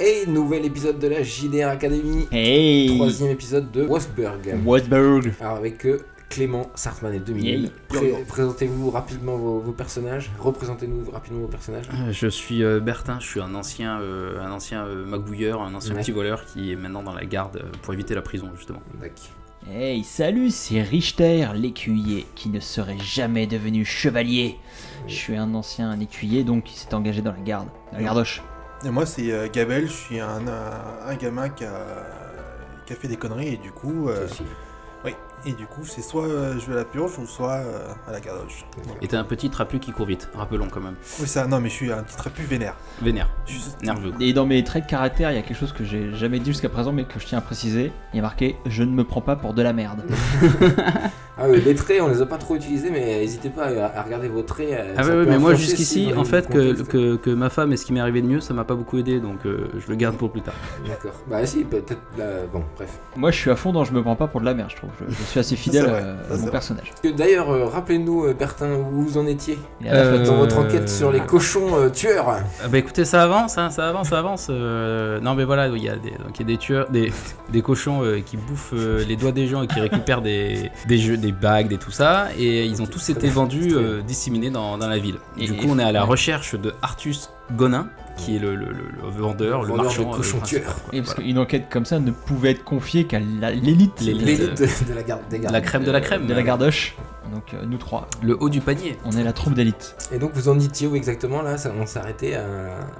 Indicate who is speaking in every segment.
Speaker 1: Et nouvel épisode de la JDR Academy,
Speaker 2: Hey
Speaker 1: troisième épisode de Wasberg.
Speaker 2: Wasberg
Speaker 1: Alors avec eux, Clément Sartman et Dominique.
Speaker 2: Yeah.
Speaker 1: Pré- Présentez-vous rapidement vos, vos personnages, représentez-nous rapidement vos personnages.
Speaker 2: Euh, Je suis euh, Bertin, je suis un ancien, euh, un ancien euh, magouilleur, un ancien
Speaker 1: Ouais.
Speaker 2: petit voleur qui est maintenant dans la garde euh, pour éviter la prison justement.
Speaker 1: D'accord.
Speaker 3: Hey, salut, c'est Richter, l'écuyer qui ne serait jamais devenu chevalier. Je suis un ancien écuyer donc qui s'est engagé dans la garde, dans la gardoche.
Speaker 4: Et moi, c'est euh, Gabel, je suis un, un, un gamin qui a, qui a fait des conneries et du coup. euh,
Speaker 1: Toi aussi.
Speaker 4: oui, et du coup, c'est soit euh, je vais à la purge ou soit euh, à la gardoche. Voilà.
Speaker 2: Et t'es un petit trapu qui court vite, rappelons quand même.
Speaker 4: Oui, ça, non, mais je suis un petit trapu vénère.
Speaker 2: Vénère,
Speaker 4: Je suis-
Speaker 2: nerveux. quoi.
Speaker 3: Et dans mes traits de caractère, il y a quelque chose que j'ai jamais dit jusqu'à présent, mais que je tiens à préciser. Il y a marqué Je ne me prends pas pour de la merde.
Speaker 1: Ah oui, les traits, on les a pas trop utilisés, mais n'hésitez pas à, à regarder vos traits. euh,
Speaker 2: Ah
Speaker 1: ça
Speaker 2: ouais, ouais,
Speaker 1: peut
Speaker 2: mais moi
Speaker 1: influencer si
Speaker 2: jusqu'ici,
Speaker 1: dans
Speaker 2: en
Speaker 1: les
Speaker 2: fait, que,
Speaker 1: contextes.
Speaker 2: que, que ma femme et ce qui m'est arrivé de mieux, ça m'a pas beaucoup aidé, donc euh, je le garde pour plus tard.
Speaker 1: D'accord. Bah si, peut-être. là, bon, bref.
Speaker 3: Moi, je suis à fond dans Je me prends pas pour de la merde, je trouve. Je, je suis assez fidèle
Speaker 4: c'est vrai,
Speaker 3: euh,
Speaker 4: ça,
Speaker 3: à
Speaker 4: c'est
Speaker 3: mon
Speaker 4: vrai.
Speaker 3: personnage.
Speaker 1: Que D'ailleurs, euh, rappelez-nous, euh, Bertin, où vous en étiez
Speaker 3: Il a la
Speaker 2: Euh,
Speaker 3: flotte.
Speaker 1: dans votre enquête sur les cochons euh, tueurs.
Speaker 2: Ah bah écoutez, ça avance, hein, ça avance, ça avance. euh, non mais voilà, il y a des, donc il y a des tueurs, des, des cochons euh, qui bouffent euh, les doigts des gens et qui récupèrent des, des jeux, des bagues, des tout ça. Et ils ont tous été vendus, euh, disséminés dans, dans la ville.
Speaker 3: Et-
Speaker 2: du coup, on est à la
Speaker 3: ouais.
Speaker 2: recherche de Artus Gonin, qui est le, le- le- le vendeur, le,
Speaker 1: Vendeur de
Speaker 2: marchand. euh,
Speaker 1: cochons
Speaker 2: principal,
Speaker 1: tueurs.
Speaker 2: quoi.
Speaker 3: Et parce
Speaker 2: Voilà.
Speaker 3: qu'une enquête comme ça ne pouvait être confiée qu'à la- l'élite.
Speaker 2: L'élite.
Speaker 3: de-
Speaker 1: L'élite de, de la garde des gardes.
Speaker 2: La crème de la crème. euh,
Speaker 3: De la gardoche. Donc, euh, nous trois.
Speaker 2: Le haut du panier.
Speaker 3: On est la troupe d'élite.
Speaker 1: Et donc vous en étiez où exactement là Ça- On s'est arrêté à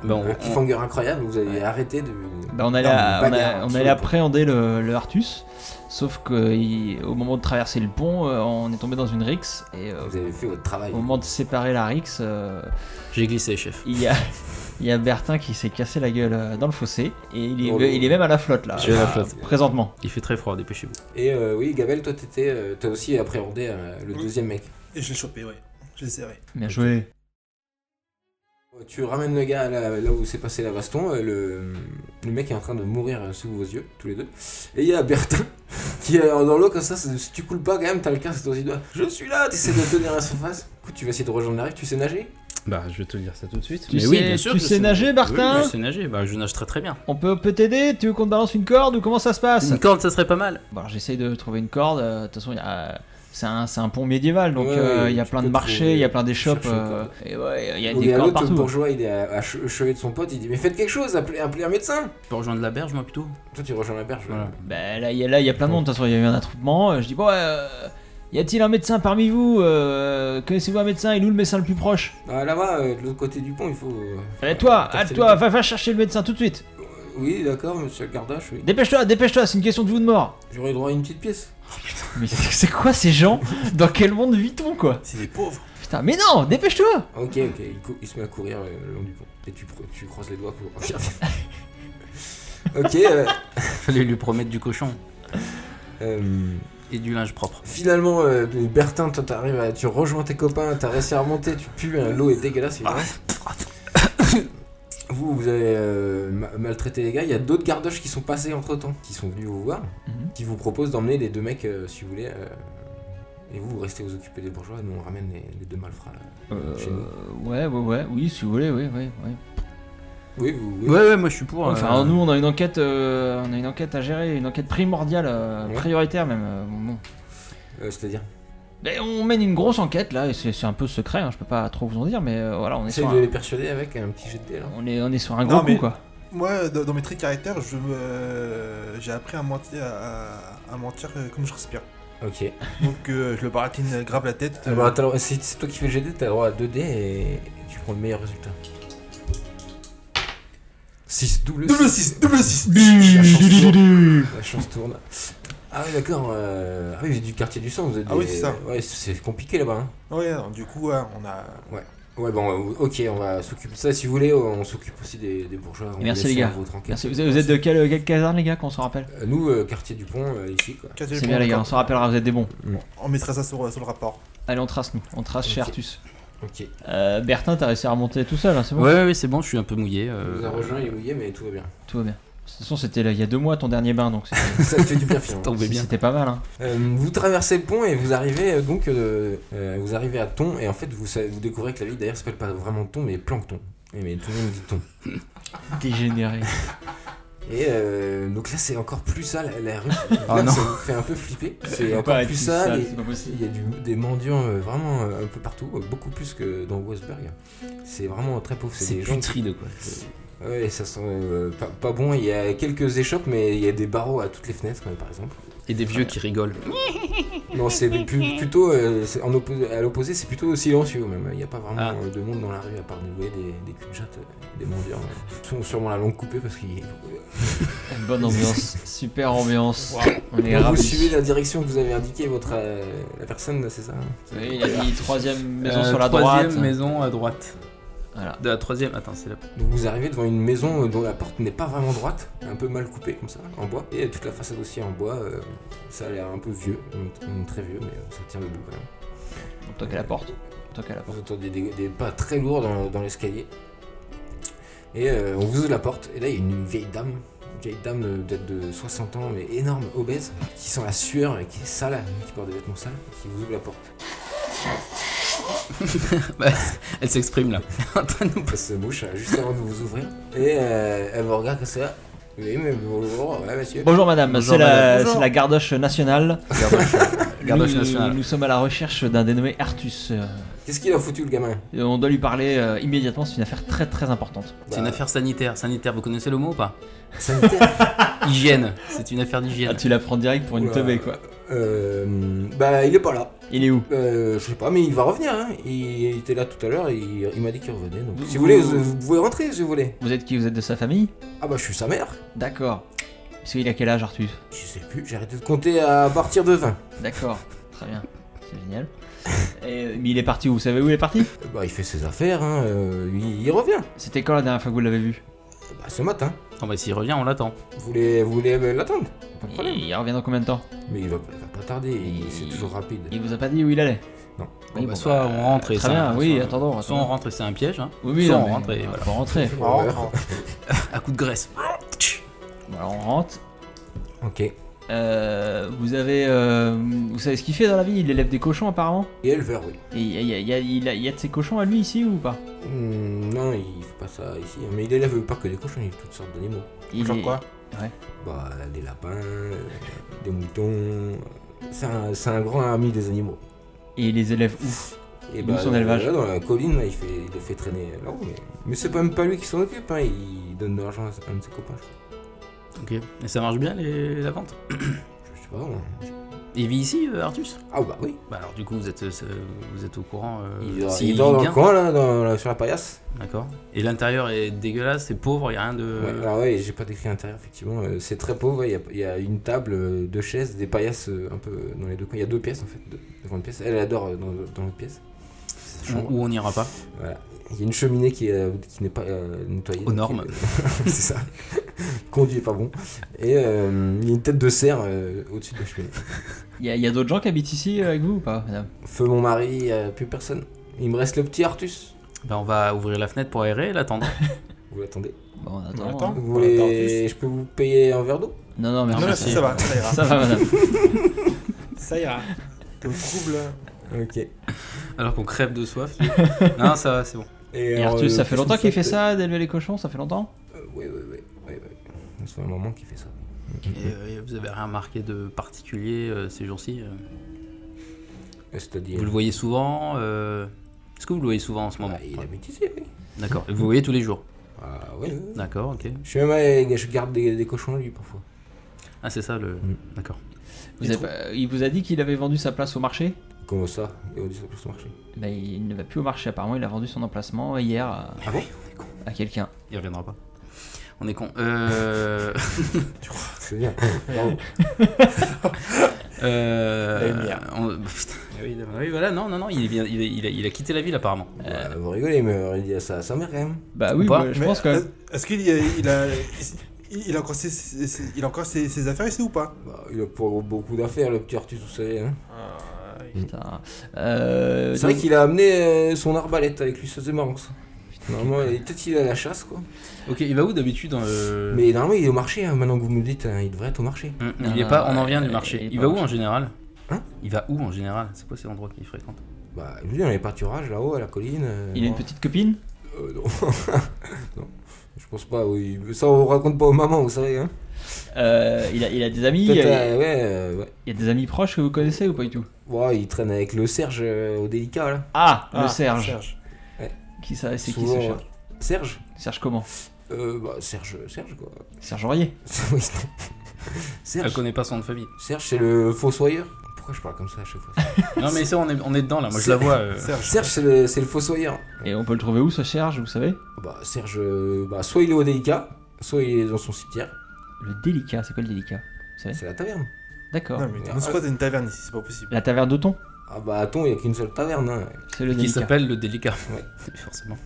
Speaker 3: Ben,
Speaker 2: Bah, on-
Speaker 1: un cliffhanger incroyable, vous avez arrêté de...
Speaker 3: Bah, on allait,
Speaker 1: Non, mais
Speaker 3: à-
Speaker 1: une
Speaker 3: on a-
Speaker 1: bagarre
Speaker 3: on
Speaker 1: sur
Speaker 3: allait
Speaker 1: le pont.
Speaker 3: appréhender le, le Artus, sauf qu'au moment de traverser le pont, euh, on est tombé dans une rixe et euh,
Speaker 1: Vous avez fait votre travail.
Speaker 3: au moment de séparer la rixe, euh,
Speaker 2: J'ai glissé, chef.
Speaker 3: il y a il y a Bertin qui s'est cassé la gueule euh, dans le fossé et il est,
Speaker 1: Oh.
Speaker 3: il est même à la flotte là.
Speaker 2: Je suis à la
Speaker 3: euh,
Speaker 2: flotte.
Speaker 3: Présentement.
Speaker 2: Il fait très froid, dépêchez-vous.
Speaker 1: Et euh, oui, Gabel, toi t'étais, euh, t'as aussi appréhendé euh, le
Speaker 4: Oui.
Speaker 1: deuxième mec.
Speaker 4: Et je l'ai chopé, oui. Je l'ai serré.
Speaker 3: Bien joué.
Speaker 1: Tu ramènes le gars à la- là où s'est passé la baston, euh, le, le mec est en train de mourir euh, sous vos yeux, tous les deux. Et il y a Bertin qui est dans l'eau comme ça, c'est- si tu coules pas quand même, t'as le casque dans les doigts. Je suis là, t'essaies de tenir à la surface. Du coup, tu vas essayer de rejoindre la rive, tu sais nager
Speaker 2: Bah, je vais te dire ça tout de suite.
Speaker 3: Tu sais- tu sais nager, Martin
Speaker 2: Je sais nager, bah, je nage très très bien.
Speaker 3: On peut, on peut t'aider Tu veux qu'on te balance une corde ou comment Ah, ça se passe
Speaker 2: Une corde, ça serait pas mal.
Speaker 3: Bon, alors, j'essaye de trouver une corde. euh, De toute façon, il y a- C'est un, c'est un pont médiéval, donc
Speaker 1: Ouais,
Speaker 3: euh, il
Speaker 1: ouais,
Speaker 3: y a
Speaker 1: tu
Speaker 3: plein de
Speaker 1: peux
Speaker 3: marchés,
Speaker 1: trouver-
Speaker 3: il y a plein d'échoppes,
Speaker 1: chercher une
Speaker 3: euh,
Speaker 1: corde.
Speaker 3: et ouais, il y a
Speaker 1: Ou
Speaker 3: des cordes
Speaker 1: l'autre
Speaker 3: partout. hein.
Speaker 1: bourgeois, il est à, à che- chevet de son pote, il dit Mais faites quelque chose, appelez, appelez un médecin
Speaker 2: Pour rejoindre la berge, moi plutôt.
Speaker 1: Toi, tu rejoins la berge.
Speaker 2: Voilà.
Speaker 3: Bah là, il y a, là, il y a plein de monde, de toute façon, il y a eu un attroupement. euh, Je dis, bon, euh, y a-t-il un médecin parmi vous Euh, Connaissez-vous un médecin Il est où le médecin le plus proche
Speaker 1: Ah, là-bas, euh, de l'autre côté du pont, il faut. euh,
Speaker 3: Allez, toi,
Speaker 1: T'as
Speaker 3: à
Speaker 1: fait
Speaker 3: toi, va, va chercher le médecin tout de suite
Speaker 1: le- Oui, d'accord, monsieur Gardache, oui.
Speaker 3: Dépêche-toi, dépêche-toi, c'est une question de vous de mort
Speaker 1: J'aurais droit à une petite pièce.
Speaker 3: Mais c'est quoi ces gens Dans quel monde vit-on, quoi
Speaker 4: C'est des pauvres.
Speaker 3: Putain, mais non, dépêche-toi
Speaker 1: Ah, Ok, ok, il, cou- il se met à courir euh, le long du pont. Et tu, pro- tu croises les doigts pour. ok, euh,
Speaker 2: Fallait lui promettre du cochon
Speaker 1: euh,
Speaker 2: et du linge propre.
Speaker 1: finalement, euh, Bertin, toi, t'arrives à- tu rejoins tes copains, t'as réussi à remonter, tu pues, hein, l'eau est dégueulasse, évidemment.
Speaker 3: Ah.
Speaker 1: Vous, vous avez euh, ma- maltraité les gars. Il y a d'autres gardoches qui sont passés entre temps, qui sont venus vous voir,
Speaker 3: Mhm.
Speaker 1: qui vous proposent d'emmener les deux mecs euh, si vous voulez. euh, et vous, vous restez vous occuper des bourgeois. Nous, on ramène les, les deux malfrats. là. Chez nous.
Speaker 3: Euh, Ouais, ouais, ouais, oui, si vous voulez, oui, oui, oui.
Speaker 1: Oui, vous. oui.
Speaker 2: Ouais, ouais, moi je suis pour.
Speaker 3: Enfin,
Speaker 2: euh,
Speaker 3: nous, on a une enquête, euh, on a une enquête à gérer, une enquête primordiale, euh,
Speaker 1: Ouais.
Speaker 3: prioritaire même. euh, bon, bon.
Speaker 1: Euh, C'est-à-dire.
Speaker 3: Mais on mène une grosse enquête là, et c'est c'est un peu secret, hein, je peux pas trop vous en dire, mais euh, voilà, on est,
Speaker 1: Essaye
Speaker 3: sur
Speaker 1: de les
Speaker 3: un,
Speaker 1: persuader avec un petit jet de dés, là.
Speaker 3: on, est, on est sur un
Speaker 4: Non,
Speaker 3: gros
Speaker 4: mais-
Speaker 3: coup quoi.
Speaker 4: Moi, dans dans mes traits de caractère, je me- j'ai appris à mentir, à, à mentir euh, comme je respire.
Speaker 1: Ok.
Speaker 4: Donc, euh, je le baratine grave la tête. euh,
Speaker 1: Alors, t'as le droit- c'est c'est toi qui fais le GD, t'as le droit à 2D et tu prends le meilleur résultat. 6, double
Speaker 4: double
Speaker 1: six.
Speaker 4: 6, double 6
Speaker 1: La chance tourne. La chance tourne. Ah oui, d'accord. euh, Ah oui, du quartier du sang, vous êtes
Speaker 4: Ah
Speaker 1: des-
Speaker 4: oui, c'est ça.
Speaker 1: Ouais, c'est compliqué là-bas. hein.
Speaker 4: Ouais, non, du coup, ouais, on a.
Speaker 1: Ouais, bon, euh, ok, on va s'occuper de ça. Si vous voulez, on s'occupe aussi des, des bourgeois. On
Speaker 3: Merci,
Speaker 1: laisse
Speaker 3: les gars.
Speaker 1: Votre enquête.
Speaker 3: Merci. Vous, êtes- vous êtes de quelle, quelle caserne les gars qu'on s'en rappelle
Speaker 1: Euh, Nous, euh, quartier du pont, euh, ici, quoi.
Speaker 4: Quatre
Speaker 3: C'est
Speaker 4: éléments,
Speaker 3: bien les gars, on
Speaker 4: d'accord.
Speaker 3: s'en rappellera, vous êtes des bons.
Speaker 4: On mettra ça sur, sur le rapport.
Speaker 3: Allez, on trace nous, on trace chez
Speaker 1: Ok.
Speaker 3: Artus.
Speaker 1: Ok.
Speaker 3: Euh, Bertin, t'as réussi à remonter tout seul, hein, c'est bon
Speaker 2: Ouais, ouais, ouais, c'est bon, je suis un peu mouillé.
Speaker 1: On
Speaker 2: euh,
Speaker 1: nous a rejoint, il est mouillé, mais tout va bien.
Speaker 3: Tout va bien. De toute façon, c'était là, il y a deux mois ton dernier bain, donc c'était-
Speaker 1: ça fait du bien, finalement.
Speaker 2: tombé bien.
Speaker 3: c'était pas mal. Hein.
Speaker 1: Euh, vous traversez le pont et vous arrivez euh, donc euh, euh, vous arrivez à Thon et en fait vous, sa- vous découvrez que la ville d'ailleurs s'appelle pas vraiment Thon mais Plancton. Oui, mais tout le monde dit ton.
Speaker 3: Dégénéré.
Speaker 1: Et euh, donc là, c'est encore plus sale. La rue,
Speaker 2: Oh
Speaker 1: là,
Speaker 2: non.
Speaker 1: ça me fait un peu flipper. C'est encore plus sale. et- Il y a du- des mendiants euh, vraiment euh, un peu partout, euh, beaucoup plus que dans Wasberg. C'est vraiment très pauvre.
Speaker 2: C'est
Speaker 1: des gens qui-
Speaker 2: putride quoi.
Speaker 1: Ouais, et ça sent euh, pas, pas bon. Il y a quelques échoppes, mais il y a des barreaux à toutes les fenêtres, euh, par exemple.
Speaker 2: Et des vieux qui rigolent.
Speaker 1: Non, c'est plus- plutôt. euh, c'est en oppo- à l'opposé, c'est plutôt silencieux, même. Il n'y a pas vraiment
Speaker 2: Ah.
Speaker 1: euh, de monde dans la rue, à part des, ouais, des, des culs de jatte, euh, des mendiants. euh, Ils sont sûrement la langue coupée parce qu'ils.
Speaker 3: Bonne ambiance, super ambiance. On est
Speaker 1: Donc, vous
Speaker 3: ravis.
Speaker 1: suivez la direction que vous avez indiquée, votre, euh, la personne, c'est ça hein
Speaker 3: Vous savez, Il a dit troisième maison
Speaker 2: Euh,
Speaker 3: sur la
Speaker 2: troisième
Speaker 3: droite.
Speaker 2: maison à droite.
Speaker 3: Voilà.
Speaker 2: De la troisième. Attends, c'est la.
Speaker 1: Donc vous arrivez devant une maison euh, dont la porte n'est pas vraiment droite, un peu mal coupée comme ça, en bois. Et toute la façade aussi en bois, euh, ça a l'air un peu vieux, hum, hum, très vieux, mais euh, ça tient debout quand même.
Speaker 3: On toque à la porte. On toque à la porte.
Speaker 1: Vous entendez des, des pas très lourds dans, dans l'escalier. Et euh, on vous ouvre la porte, et là il y a une vieille dame, une vieille dame de- peut-être de 60 ans, mais énorme, obèse, qui sent la sueur et qui est sale, qui porte des vêtements sales, qui vous ouvre la porte.
Speaker 2: Bah, Elle s'exprime là. Antoine nous-
Speaker 1: Elle se mouche euh, juste avant de vous ouvrir. Et euh, elle vous regarde comme ça. Oui, mais bonjour, ouais, monsieur.
Speaker 3: Bonjour madame,
Speaker 2: Bonjour,
Speaker 3: c'est la,
Speaker 2: madame.
Speaker 3: c'est
Speaker 2: Bonjour.
Speaker 3: la gardoche nationale.
Speaker 2: Gardoche
Speaker 3: nous,
Speaker 2: nationale.
Speaker 3: nous sommes à la recherche d'un dénommé Artus. euh,
Speaker 1: Qu'est-ce qu'il a foutu le gamin
Speaker 3: et on doit lui parler euh, immédiatement, c'est une affaire très très importante.
Speaker 2: C'est une
Speaker 1: Bah,
Speaker 2: affaire sanitaire. Sanitaire, vous connaissez le mot ou pas
Speaker 1: sanitaire.
Speaker 2: Hygiène. C'est une affaire
Speaker 3: Ah,
Speaker 2: d'hygiène.
Speaker 3: tu la prends direct pour une
Speaker 1: Oula.
Speaker 3: teubée quoi.
Speaker 1: Euh, bah, il est pas là.
Speaker 3: Il est où
Speaker 1: Euh, je sais pas, mais il va revenir. Hein. Il, il était là tout à l'heure et il, il m'a dit qu'il revenait. Donc,
Speaker 3: Vous-
Speaker 1: si vous voulez,
Speaker 3: vous-
Speaker 1: vous, vous pouvez rentrer si vous voulez.
Speaker 3: Vous êtes qui Vous êtes de sa famille
Speaker 1: Ah bah, je suis sa mère.
Speaker 3: D'accord. Parce qu'il a quel âge Artus
Speaker 1: Je sais plus, j'ai arrêté de compter à partir de 20.
Speaker 3: D'accord, très bien. C'est génial. Et, euh, mais il est parti où Vous savez où il est parti
Speaker 1: Euh, Bah, il fait ses affaires, hein. euh, il, il revient.
Speaker 3: C'était quand la dernière fois que vous l'avez vu
Speaker 1: Euh, Bah, ce matin.
Speaker 2: Non, bah s'il revient, on l'attend.
Speaker 1: Vous voulez, vous voulez euh, l'attendre Pas de problème.
Speaker 3: Il revient dans combien de temps
Speaker 1: Mais il va, il va pas tarder, il- c'est
Speaker 3: Il-
Speaker 1: toujours rapide.
Speaker 3: Il vous a pas dit où il allait
Speaker 2: Oui,
Speaker 3: Bon,
Speaker 2: bah,
Speaker 3: bah,
Speaker 2: soit on rentre et
Speaker 3: Très
Speaker 2: ça-
Speaker 3: bien, oui,
Speaker 2: soit-
Speaker 3: attendons.
Speaker 2: Soit on rentre et c'est un piège, hein.
Speaker 3: Oui, oui,
Speaker 2: soit
Speaker 3: non,
Speaker 2: on
Speaker 3: mais
Speaker 2: rentre et
Speaker 3: on
Speaker 2: voilà.
Speaker 3: va rentrer.
Speaker 4: On
Speaker 1: Ouais.
Speaker 4: rentre.
Speaker 2: À coup de graisse.
Speaker 3: Voilà, on rentre.
Speaker 1: Ok. Et
Speaker 3: Euh, vous avez, euh, vous savez ce qu'il fait dans la vie Il élève des cochons apparemment.
Speaker 1: éleveur, oui.
Speaker 3: Et il y a, il y a- il y a- il a- il y a de ces cochons à lui ici ou pas
Speaker 1: Hum, non, il fait pas ça ici. hein. Mais il élève pas que des cochons, il a toutes sortes d'animaux.
Speaker 3: Il
Speaker 4: Genre
Speaker 3: est-
Speaker 4: quoi
Speaker 1: Bah, des lapins, euh, des moutons. euh, C'est un, c'est un grand ami des animaux.
Speaker 3: Et il les élève où
Speaker 1: Et
Speaker 3: D'où son élevage
Speaker 1: là, dans la colline, là, il, fait, il les fait traîner là-haut. Mais, mais c'est pas même pas lui qui s'en occupe, hein, il donne de l'argent à un de ses copains. je
Speaker 2: Ok. Et ça marche bien les... la vente
Speaker 1: crois. Je sais pas. moi.
Speaker 2: Il vit ici, euh, Artus
Speaker 1: Ah bah oui,
Speaker 2: Bah alors du coup, vous êtes, euh, ce- vous êtes au courant. euh,
Speaker 1: il, dort-
Speaker 2: s'il
Speaker 1: il dort
Speaker 2: vit
Speaker 1: dans le
Speaker 2: bien.
Speaker 1: coin, là, dans, la- sur la paillasse.
Speaker 2: D'accord. Et l'intérieur est dégueulasse, c'est pauvre, y a rien de.
Speaker 1: Ouais, alors ouais, j'ai pas décrit l'intérieur, effectivement. euh, C'est très pauvre, ouais, il y a- il y, a une table, euh, deux chaises, des paillasses euh, un peu euh, dans les deux coins. Il y a deux pièces, en fait, deux, deux grandes pièces. Elle adore euh, dans, dans l'autre pièce. sa
Speaker 2: On-
Speaker 1: chambre.
Speaker 2: Où on n'ira pas.
Speaker 1: Voilà. Il y a une cheminée qui, est, euh, qui n'est pas euh, nettoyée.
Speaker 2: Aux
Speaker 1: donc,
Speaker 2: normes.
Speaker 1: euh, c'est ça. Conduit est pas bon. Et euh, il y a une tête de cerf euh, au-dessus de la cheminée.
Speaker 3: Il y a, il y a d'autres gens qui habitent ici euh, avec vous ou pas, madame
Speaker 1: Feu mon mari, euh, plus personne. Il me reste le petit Artus.
Speaker 2: Bah on va ouvrir la fenêtre pour aérer et l'attendre.
Speaker 1: Vous l'attendez
Speaker 3: Bon, on attend.
Speaker 4: On attend.
Speaker 1: Vous
Speaker 4: Voilà,
Speaker 1: voulez... Je peux vous payer un verre d'eau
Speaker 3: Non, non, merci.
Speaker 4: Non, là,
Speaker 2: merci.
Speaker 4: ça va, ça ira.
Speaker 3: Ça va, madame.
Speaker 4: Ça ira. T'es au trouble.
Speaker 1: Ok. Et
Speaker 2: Alors qu'on crève de soif. non, ça va, c'est bon.
Speaker 3: Et
Speaker 1: alors,
Speaker 3: Arthus,
Speaker 1: euh,
Speaker 3: ça fait
Speaker 1: qu'est-ce
Speaker 3: longtemps
Speaker 1: que
Speaker 3: qu'il
Speaker 1: vous
Speaker 3: fait
Speaker 1: faites
Speaker 3: ça, d'élever les cochons Ça fait longtemps
Speaker 1: Euh, Ouais, ouais, ouais. ouais, ouais. Ça fait un moment qu'il fait ça.
Speaker 2: Et, euh, vous avez rien marqué de particulier euh, ces jours-ci euh
Speaker 1: Euh, C'est-à-dire.
Speaker 2: Vous le voyez souvent euh, Est-ce que vous le voyez souvent en ce moment
Speaker 1: Ah, Il habite ici, oui.
Speaker 2: D'accord. Et Vous le voyez tous les jours
Speaker 1: Ah, ouais, ouais, ouais.
Speaker 2: D'accord, ok.
Speaker 1: Je suis même allé- Je garde des, des cochons, lui, parfois.
Speaker 2: Ah, c'est ça le.
Speaker 1: Mm.
Speaker 2: D'accord.
Speaker 3: Vous
Speaker 1: Il
Speaker 3: avez pas- Il vous a dit qu'il avait vendu sa place au marché
Speaker 1: Comment ça Et on dit ça peut se marcher.
Speaker 3: Bah, il ne va plus au marché apparemment, il a vendu son emplacement hier à,
Speaker 1: Ah bon
Speaker 3: à quelqu'un.
Speaker 2: Il reviendra pas. On est con. Euh.
Speaker 1: C'est bien.
Speaker 2: euh,
Speaker 4: La lumière.
Speaker 2: on- Putain, oui, d'accord. Oui, voilà, non, non, non, il, est bien- il, est- il a, il a quitté la ville apparemment.
Speaker 3: Euh.
Speaker 1: Bah, vous rigolez, mais on aurait dit à ça à sa mère quand même.
Speaker 3: Bah oui,
Speaker 2: Ou pas
Speaker 3: moi, je
Speaker 4: Mais euh,
Speaker 3: pense quand même.
Speaker 4: Est-ce qu'il y a, il a, il a encore ses, ses- ses- il a encore ses, ses affaires ici ou pas
Speaker 1: Bah, il a pas beaucoup d'affaires, le petit Artus, vous savez. Hein.
Speaker 3: Putain. Euh,
Speaker 1: C'est vrai
Speaker 3: donc-
Speaker 1: qu'il a amené euh, son arbalète avec lui, ça c'est marrant ça. Normalement, il- peut-être qu'il est à la chasse quoi.
Speaker 2: Ok, il va où d'habitude dans le-
Speaker 1: Mais normalement, il est au marché, hein, maintenant que vous me le dites, hein, il devrait être au marché.
Speaker 2: Mm,
Speaker 3: Non,
Speaker 2: il est
Speaker 3: non,
Speaker 2: pas, on en
Speaker 3: ouais,
Speaker 2: vient
Speaker 3: il
Speaker 2: du
Speaker 3: est
Speaker 2: marché.
Speaker 3: pas
Speaker 2: Il va
Speaker 3: au
Speaker 2: où
Speaker 3: marché.
Speaker 2: en général
Speaker 1: Hein
Speaker 2: Il va où en général C'est quoi ces endroits qu'il fréquente
Speaker 1: Bah, lui, dans les pâturages là-haut, à la colline. euh,
Speaker 3: Il a une
Speaker 1: bon.
Speaker 3: petite copine
Speaker 1: Euh, non. non. Je pense pas, oui. Ça, on raconte pas aux mamans, vous savez. Hein.
Speaker 3: Euh, il, a, il a des amis
Speaker 1: Peut-être,
Speaker 3: euh,
Speaker 1: euh, ouais, euh, ouais.
Speaker 3: Il y a des amis proches que vous connaissez ou pas du tout
Speaker 1: Ouais, il traîne avec le Serge euh, au délicat, là.
Speaker 3: Ah,
Speaker 4: Ah,
Speaker 3: le Serge.
Speaker 4: Serge.
Speaker 3: Qui ça C'est qui
Speaker 1: Souvent,
Speaker 3: ce
Speaker 1: euh,
Speaker 3: Serge
Speaker 1: Serge
Speaker 3: Serge comment
Speaker 1: euh, bah, Serge, Serge, quoi.
Speaker 3: Serge Aurier.
Speaker 1: Oui,
Speaker 2: Elle
Speaker 1: Serge,
Speaker 2: connaît pas son nom de famille.
Speaker 1: Serge c'est le fossoyeur. Pourquoi je parle comme ça à chaque fois
Speaker 3: Ah,
Speaker 2: Non, mais ça, on est, on est dedans là. Moi, je la vois. euh.
Speaker 4: Serge.
Speaker 1: Serge, c'est le, c'est le fossoyeur.
Speaker 3: Et on peut le trouver où ce Serge, vous savez
Speaker 1: Bah, Serge, euh, bah, soit il est au délicat, soit il est dans son cimetière.
Speaker 3: Le délicat, c'est quoi le délicat
Speaker 1: C'est la taverne.
Speaker 3: D'accord.
Speaker 4: Non, mais
Speaker 1: Ouais.
Speaker 4: euh, on se croit dans une taverne ici, c'est pas possible.
Speaker 3: La taverne d'Othon,
Speaker 1: Ah bah attends, il n'y a qu'une seule taverne. hein.
Speaker 3: c'est le
Speaker 2: qui
Speaker 3: délicat.
Speaker 2: s'appelle le délicat.
Speaker 1: Ouais.
Speaker 2: Forcément.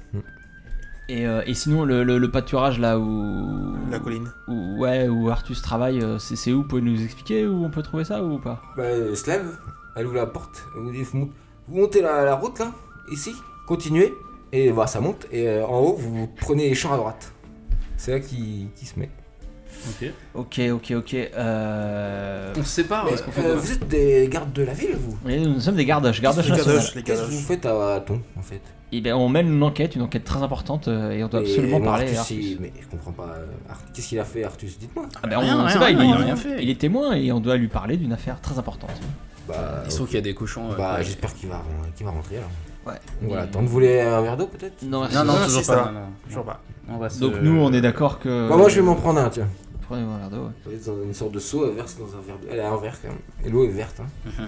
Speaker 3: Et, euh, et sinon, le, le- le pâturage là où.
Speaker 4: La colline.
Speaker 3: où- ouais, où Artus travaille, euh, c'est c'est où Vous pouvez nous expliquer où on peut trouver ça ou pas
Speaker 1: Bah, elle se lève, elle ouvre la porte, elle vous dit, vous mont- vous montez la, la route là, ici, continuez, et bah ça monte, et euh, en haut, vous prenez les champs à droite. C'est là qui, qui se met.
Speaker 2: Ok.
Speaker 3: Ok, ok, ok. Euh...
Speaker 2: On se sépare.
Speaker 1: Mais,
Speaker 2: Ah, est-ce qu'on fait
Speaker 1: euh,
Speaker 2: quoi
Speaker 1: vous êtes des gardes de la ville, vous
Speaker 3: et Nous sommes des gardoches, gardoches
Speaker 4: Les
Speaker 3: nationales.
Speaker 4: Gardoches, les
Speaker 1: Qu'est-ce que
Speaker 4: Gardoches.
Speaker 1: vous faites à Thon, en fait
Speaker 3: Eh bien, on mène une enquête, une enquête très importante, euh, et on doit
Speaker 1: Et
Speaker 3: absolument
Speaker 1: bon,
Speaker 3: parler hein. à
Speaker 1: Artus,
Speaker 3: Artus.
Speaker 1: il- Mais je comprends pas. euh, Art- Qu'est-ce qu'il a fait, Artus Dites-moi.
Speaker 3: Ah ben, on-
Speaker 2: Rien,
Speaker 3: on sait
Speaker 2: rien,
Speaker 3: pas, il,
Speaker 2: rien,
Speaker 3: est-
Speaker 2: il a rien fait.
Speaker 3: il est témoin et on doit lui parler d'une affaire très importante.
Speaker 1: Bah,
Speaker 2: Il se trouve qu'il y a des cochons. euh,
Speaker 1: bah
Speaker 2: ouais.
Speaker 1: j'espère qu'il va, qu'il va rentrer alors.
Speaker 3: Ouais.
Speaker 1: On va l'attendre. Vous voulez un verre d'eau peut-être
Speaker 3: Non, merci.
Speaker 2: Non, non,
Speaker 4: Non,
Speaker 2: toujours
Speaker 4: si, ça
Speaker 2: pas.
Speaker 4: va.
Speaker 2: non, non.
Speaker 4: Genre, bah,
Speaker 2: On va se-
Speaker 3: Donc nous, on est d'accord que.
Speaker 1: Euh, Bah, Moi je vais m'en prendre un, tiens.
Speaker 3: Prenez-moi un verre d'eau, ouais.
Speaker 1: Vous êtes dans une sorte de seau, elle verse dans un verre d'eau. Elle a un verre quand même. Et l'eau est verte. Hein.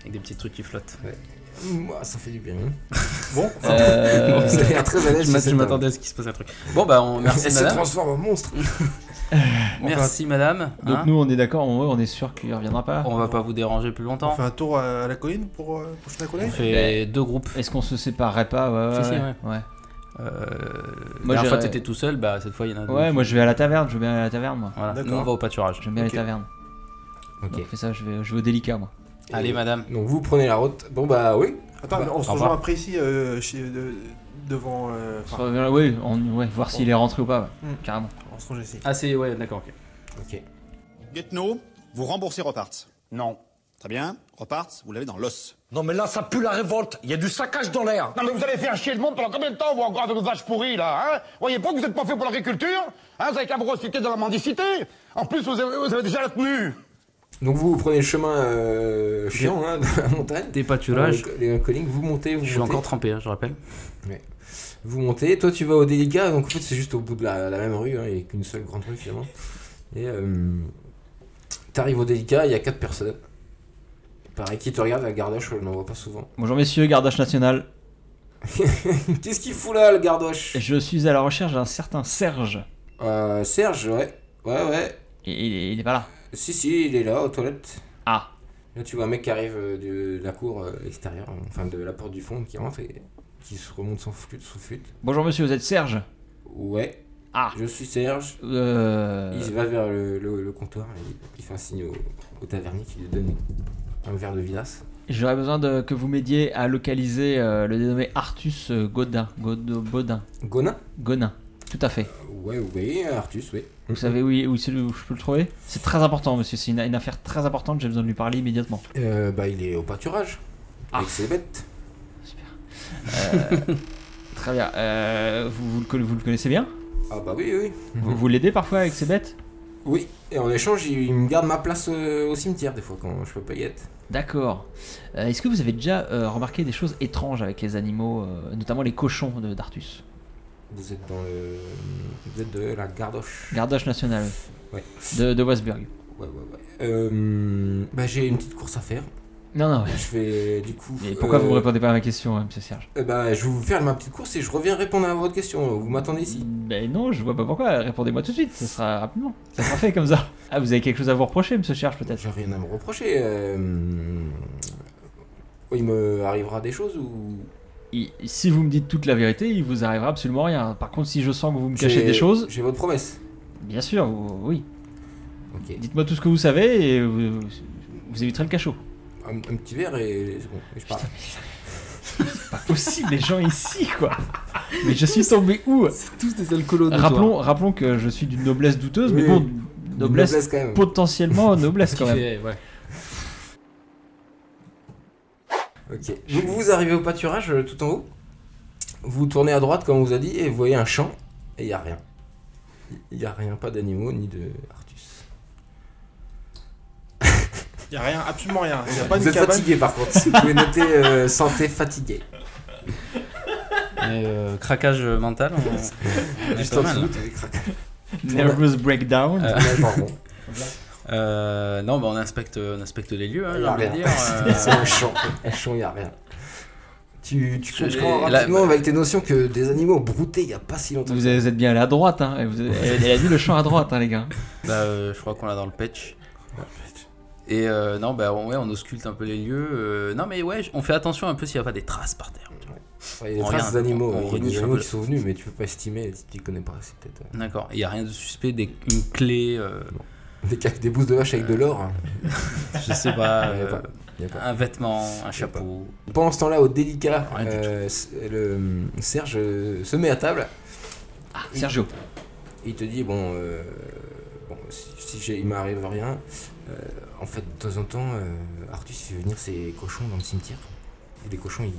Speaker 2: Avec des petits trucs qui flottent.
Speaker 1: Mouah, ça fait du bien. hein.
Speaker 4: Bon,
Speaker 3: Euh,
Speaker 1: Ça a l'air très à l'aise.
Speaker 2: Je m'a-
Speaker 1: c'est
Speaker 2: je m'attendais à ce qu'il se passe un truc. Bon, bah, on- merci
Speaker 1: Elle se
Speaker 2: madame.
Speaker 1: transforme en monstre.
Speaker 2: Merci madame.
Speaker 3: Donc
Speaker 2: Hein
Speaker 3: nous, on est d'accord, on, on est sûr qu'il reviendra pas.
Speaker 2: On va pas vous déranger plus
Speaker 4: on
Speaker 2: longtemps.
Speaker 4: fait un tour à à la colline pour euh, pour jeter la
Speaker 2: On
Speaker 4: colline
Speaker 2: fait deux groupes.
Speaker 3: Est-ce qu'on se séparerait pas Ouais, ouais,
Speaker 2: Si, si,
Speaker 3: ouais. ouais.
Speaker 2: Euh,
Speaker 3: Moi,
Speaker 2: la dernière fois
Speaker 3: j'irai-
Speaker 2: t'étais tout seul, bah cette fois il y en a deux.
Speaker 3: Ouais, moi je vais à la taverne, je vais bien aller à la taverne, moi.
Speaker 2: Voilà,
Speaker 4: D'accord.
Speaker 2: nous on va au pâturage.
Speaker 3: J'aime bien
Speaker 4: Ok.
Speaker 3: les tavernes.
Speaker 1: Ok. Ah.
Speaker 3: Donc fais ça, je vais, je vais au délicat, moi.
Speaker 1: Et-
Speaker 2: Allez madame.
Speaker 1: Euh, Donc vous prenez la route. Bon bah oui.
Speaker 4: Attends,
Speaker 2: Bah,
Speaker 4: on se
Speaker 2: au
Speaker 4: rejoint
Speaker 2: revoir.
Speaker 4: après ici, euh, chez- de- devant. euh,
Speaker 3: On se
Speaker 4: enfin,
Speaker 3: reverra- ouais, on- ouais, voir s'il est rentré ou pas, ouais.
Speaker 4: Hmm.
Speaker 3: Carrément.
Speaker 4: On se rejoint ici.
Speaker 2: Ah c'est ouais d'accord ok.
Speaker 1: Ok.
Speaker 5: Guetno, vous remboursez Roparts Non. Très bien, Roparts, vous l'avez dans l'os.
Speaker 6: Non mais là, ça pue la révolte. Il y a du saccage dans l'air.
Speaker 7: Non mais vous allez faire chier le monde pendant combien de temps, vous, encore avec vos vaches pourries, là, hein Voyez pas que vous êtes pas fait pour l'agriculture Hein, vous avez qu'à vous recycler dans la mendicité En plus, vous avez, vous avez déjà la tenue
Speaker 1: Donc vous prenez le chemin euh, chiant hein, de la montagne.
Speaker 2: Des
Speaker 1: Dans
Speaker 2: pâturages.
Speaker 1: les, les collines, vous montez, Euh, vous
Speaker 2: Je suis
Speaker 1: montez.
Speaker 2: encore trempé, hein, je rappelle.
Speaker 1: Vous montez, toi tu vas au délicat, donc en fait c'est juste au bout de la, la même rue, hein, il n'y a qu'une seule grande rue finalement. Et euh, t'arrives au délicat, il y a quatre personnes. Pareil, qui te regarde, la gardoche, on n'en voit pas souvent.
Speaker 3: Bonjour messieurs, gardache national.
Speaker 1: Qu'est-ce qu'il fout là, le gardoche
Speaker 3: Je suis à la recherche d'un certain Serge.
Speaker 1: euh, Serge, ouais, ouais, ouais.
Speaker 3: Et il est, il est pas là.
Speaker 1: Si, si, il est là, aux toilettes.
Speaker 3: Ah,
Speaker 1: Là tu vois un mec qui arrive euh, de la cour euh, extérieure, enfin de la porte du fond, qui rentre et qui se remonte sans flûte, sous flûte.
Speaker 3: bonjour monsieur, vous êtes Serge
Speaker 1: Ouais,
Speaker 3: Ah.
Speaker 1: je suis Serge.
Speaker 3: Euh...
Speaker 1: Il va vers le, le- le comptoir et il- il fait un signe au, au tavernier qui lui donne un verre de vidas.
Speaker 3: J'aurais besoin de, que vous m'aidiez à localiser euh, le dénommé Artus euh, Godin. Godin. Godin.
Speaker 1: Gonin
Speaker 3: Gonin. Tout à fait.
Speaker 1: Ouais, oui, Artus, oui.
Speaker 3: Vous savez où, il- où, c'est- où je peux le trouver C'est très important, monsieur. C'est une, une affaire très importante. J'ai besoin de lui parler immédiatement.
Speaker 1: Euh, bah, il est au pâturage.
Speaker 3: Ah.
Speaker 1: Avec ses bêtes.
Speaker 3: Très bien. Euh, vous, vous le, conna- vous le connaissez bien
Speaker 1: Ah, bah oui, oui.
Speaker 3: Vous, vous l'aidez parfois avec ses bêtes
Speaker 1: Oui, et en échange, il, il me garde ma place euh, au cimetière des fois quand je peux pas y être.
Speaker 3: D'accord. Euh, Est-ce que vous avez déjà euh, remarqué des choses étranges avec les animaux, euh, notamment les cochons de- d'Artus
Speaker 1: Vous êtes dans le. Vous êtes de la gardoche.
Speaker 3: Gardoche national
Speaker 1: Ouais.
Speaker 3: de, de Wasburg.
Speaker 1: Ouais, ouais, ouais. Euh, bah, j'ai une petite course à faire.
Speaker 3: Non, non.
Speaker 1: Je vais du coup.
Speaker 3: Mais pourquoi vous
Speaker 1: euh,
Speaker 3: ne répondez pas à ma question, hein, monsieur Serge
Speaker 1: euh, Bah, je vais vous faire ma petite course et je reviens répondre à votre question. Vous m'attendez ici
Speaker 3: Ben non, je vois pas pourquoi. Répondez-moi tout de suite, ce sera rapidement. Ça sera fait comme ça. Ah, vous avez quelque chose à vous reprocher, monsieur Cherche, peut-être
Speaker 1: J'ai rien à me reprocher. euh, Il me arrivera des choses ou.
Speaker 3: Il- Si vous me dites toute la vérité, il vous arrivera absolument rien. Par contre, si je sens que vous me cachez
Speaker 1: J'ai-
Speaker 3: des choses,
Speaker 1: J'ai votre promesse.
Speaker 3: bien sûr, vous- oui.
Speaker 1: Ok.
Speaker 3: Dites-moi tout ce que vous savez et vous, vous éviterez le cachot.
Speaker 1: Un, un petit verre et c'est bon. et je pars.
Speaker 3: Pas possible, les gens ici, quoi Mais je suis tombé où
Speaker 2: Tous des alcoolos
Speaker 3: rappelons, rappelons que je suis d'une noblesse douteuse, mais
Speaker 1: Oui,
Speaker 3: bon,
Speaker 1: oui.
Speaker 3: noblesse,
Speaker 1: quand même.
Speaker 3: potentiellement noblesse quand même.
Speaker 2: ouais.
Speaker 1: Ok. Donc vous arrivez au pâturage euh, tout en haut. vous tournez à droite, comme on vous a dit, et vous voyez un champ, et il n'y a rien. Il n'y a rien, pas d'animaux ni de Artus.
Speaker 4: Il y a rien, absolument rien. Il y a pas
Speaker 1: vous
Speaker 4: de
Speaker 1: êtes
Speaker 4: cabane.
Speaker 1: fatigué par contre, si vous pouvez noter euh, santé fatigué.
Speaker 2: Mais, euh, craquage mental, on- on est
Speaker 1: Juste
Speaker 2: pas
Speaker 1: en
Speaker 2: mal, hein.
Speaker 1: dessous,
Speaker 2: là.
Speaker 1: t'as des craquages.
Speaker 3: Nervous breakdown.
Speaker 2: Euh,
Speaker 1: Tournage en rond.
Speaker 2: Euh, non, bah, on, inspecte, on inspecte les lieux, hein,
Speaker 1: Il y
Speaker 2: j'ai
Speaker 1: a
Speaker 2: envie de
Speaker 1: rien.
Speaker 2: dire. euh,
Speaker 1: C'est un champ. Un champ, il n'y a rien. Tu, tu
Speaker 2: Je-
Speaker 1: je comprends
Speaker 2: là-
Speaker 1: rapidement avec tes notions que des animaux broutés il n'y a pas si longtemps.
Speaker 3: Vous êtes vous êtes bien allé à droite, hein. et vous êtes- Elle, elle a dit le champ à droite, hein, les gars.
Speaker 2: bah, euh, je crois qu'on l'a dans le patch. Et euh, non, bah, on, ouais, on ausculte un peu les lieux. euh, non, mais ouais, on fait attention un peu s'il n'y a pas des traces par terre.
Speaker 1: Ouais, il y a des
Speaker 2: On
Speaker 1: traces
Speaker 2: regarde,
Speaker 1: d'animaux,
Speaker 2: on
Speaker 1: il y a
Speaker 2: renifle
Speaker 1: des
Speaker 2: un
Speaker 1: animaux
Speaker 2: peu.
Speaker 1: qui sont venus, mais tu peux pas estimer si tu les connais pas. C'est peut-être euh,
Speaker 2: D'accord, il n'y a rien de suspect, des, une clé, euh,
Speaker 1: des, ca- des bouses de vache avec de l'or. hein.
Speaker 2: je sais pas,
Speaker 1: Il y a
Speaker 2: euh,
Speaker 1: pas. Il y a pas.
Speaker 2: un vêtement, un chapeau.
Speaker 1: Pendant ce temps-là, au délicat,
Speaker 2: Rien du
Speaker 1: euh, s- le, Serge euh, se met à table.
Speaker 3: Ah, Sergio.
Speaker 1: Il te dit bon, euh, bon, si, si j'ai- il m'arrive rien, euh, en fait de temps en temps, euh, Artus il fait venir ses cochons dans le cimetière. Et les cochons, ils,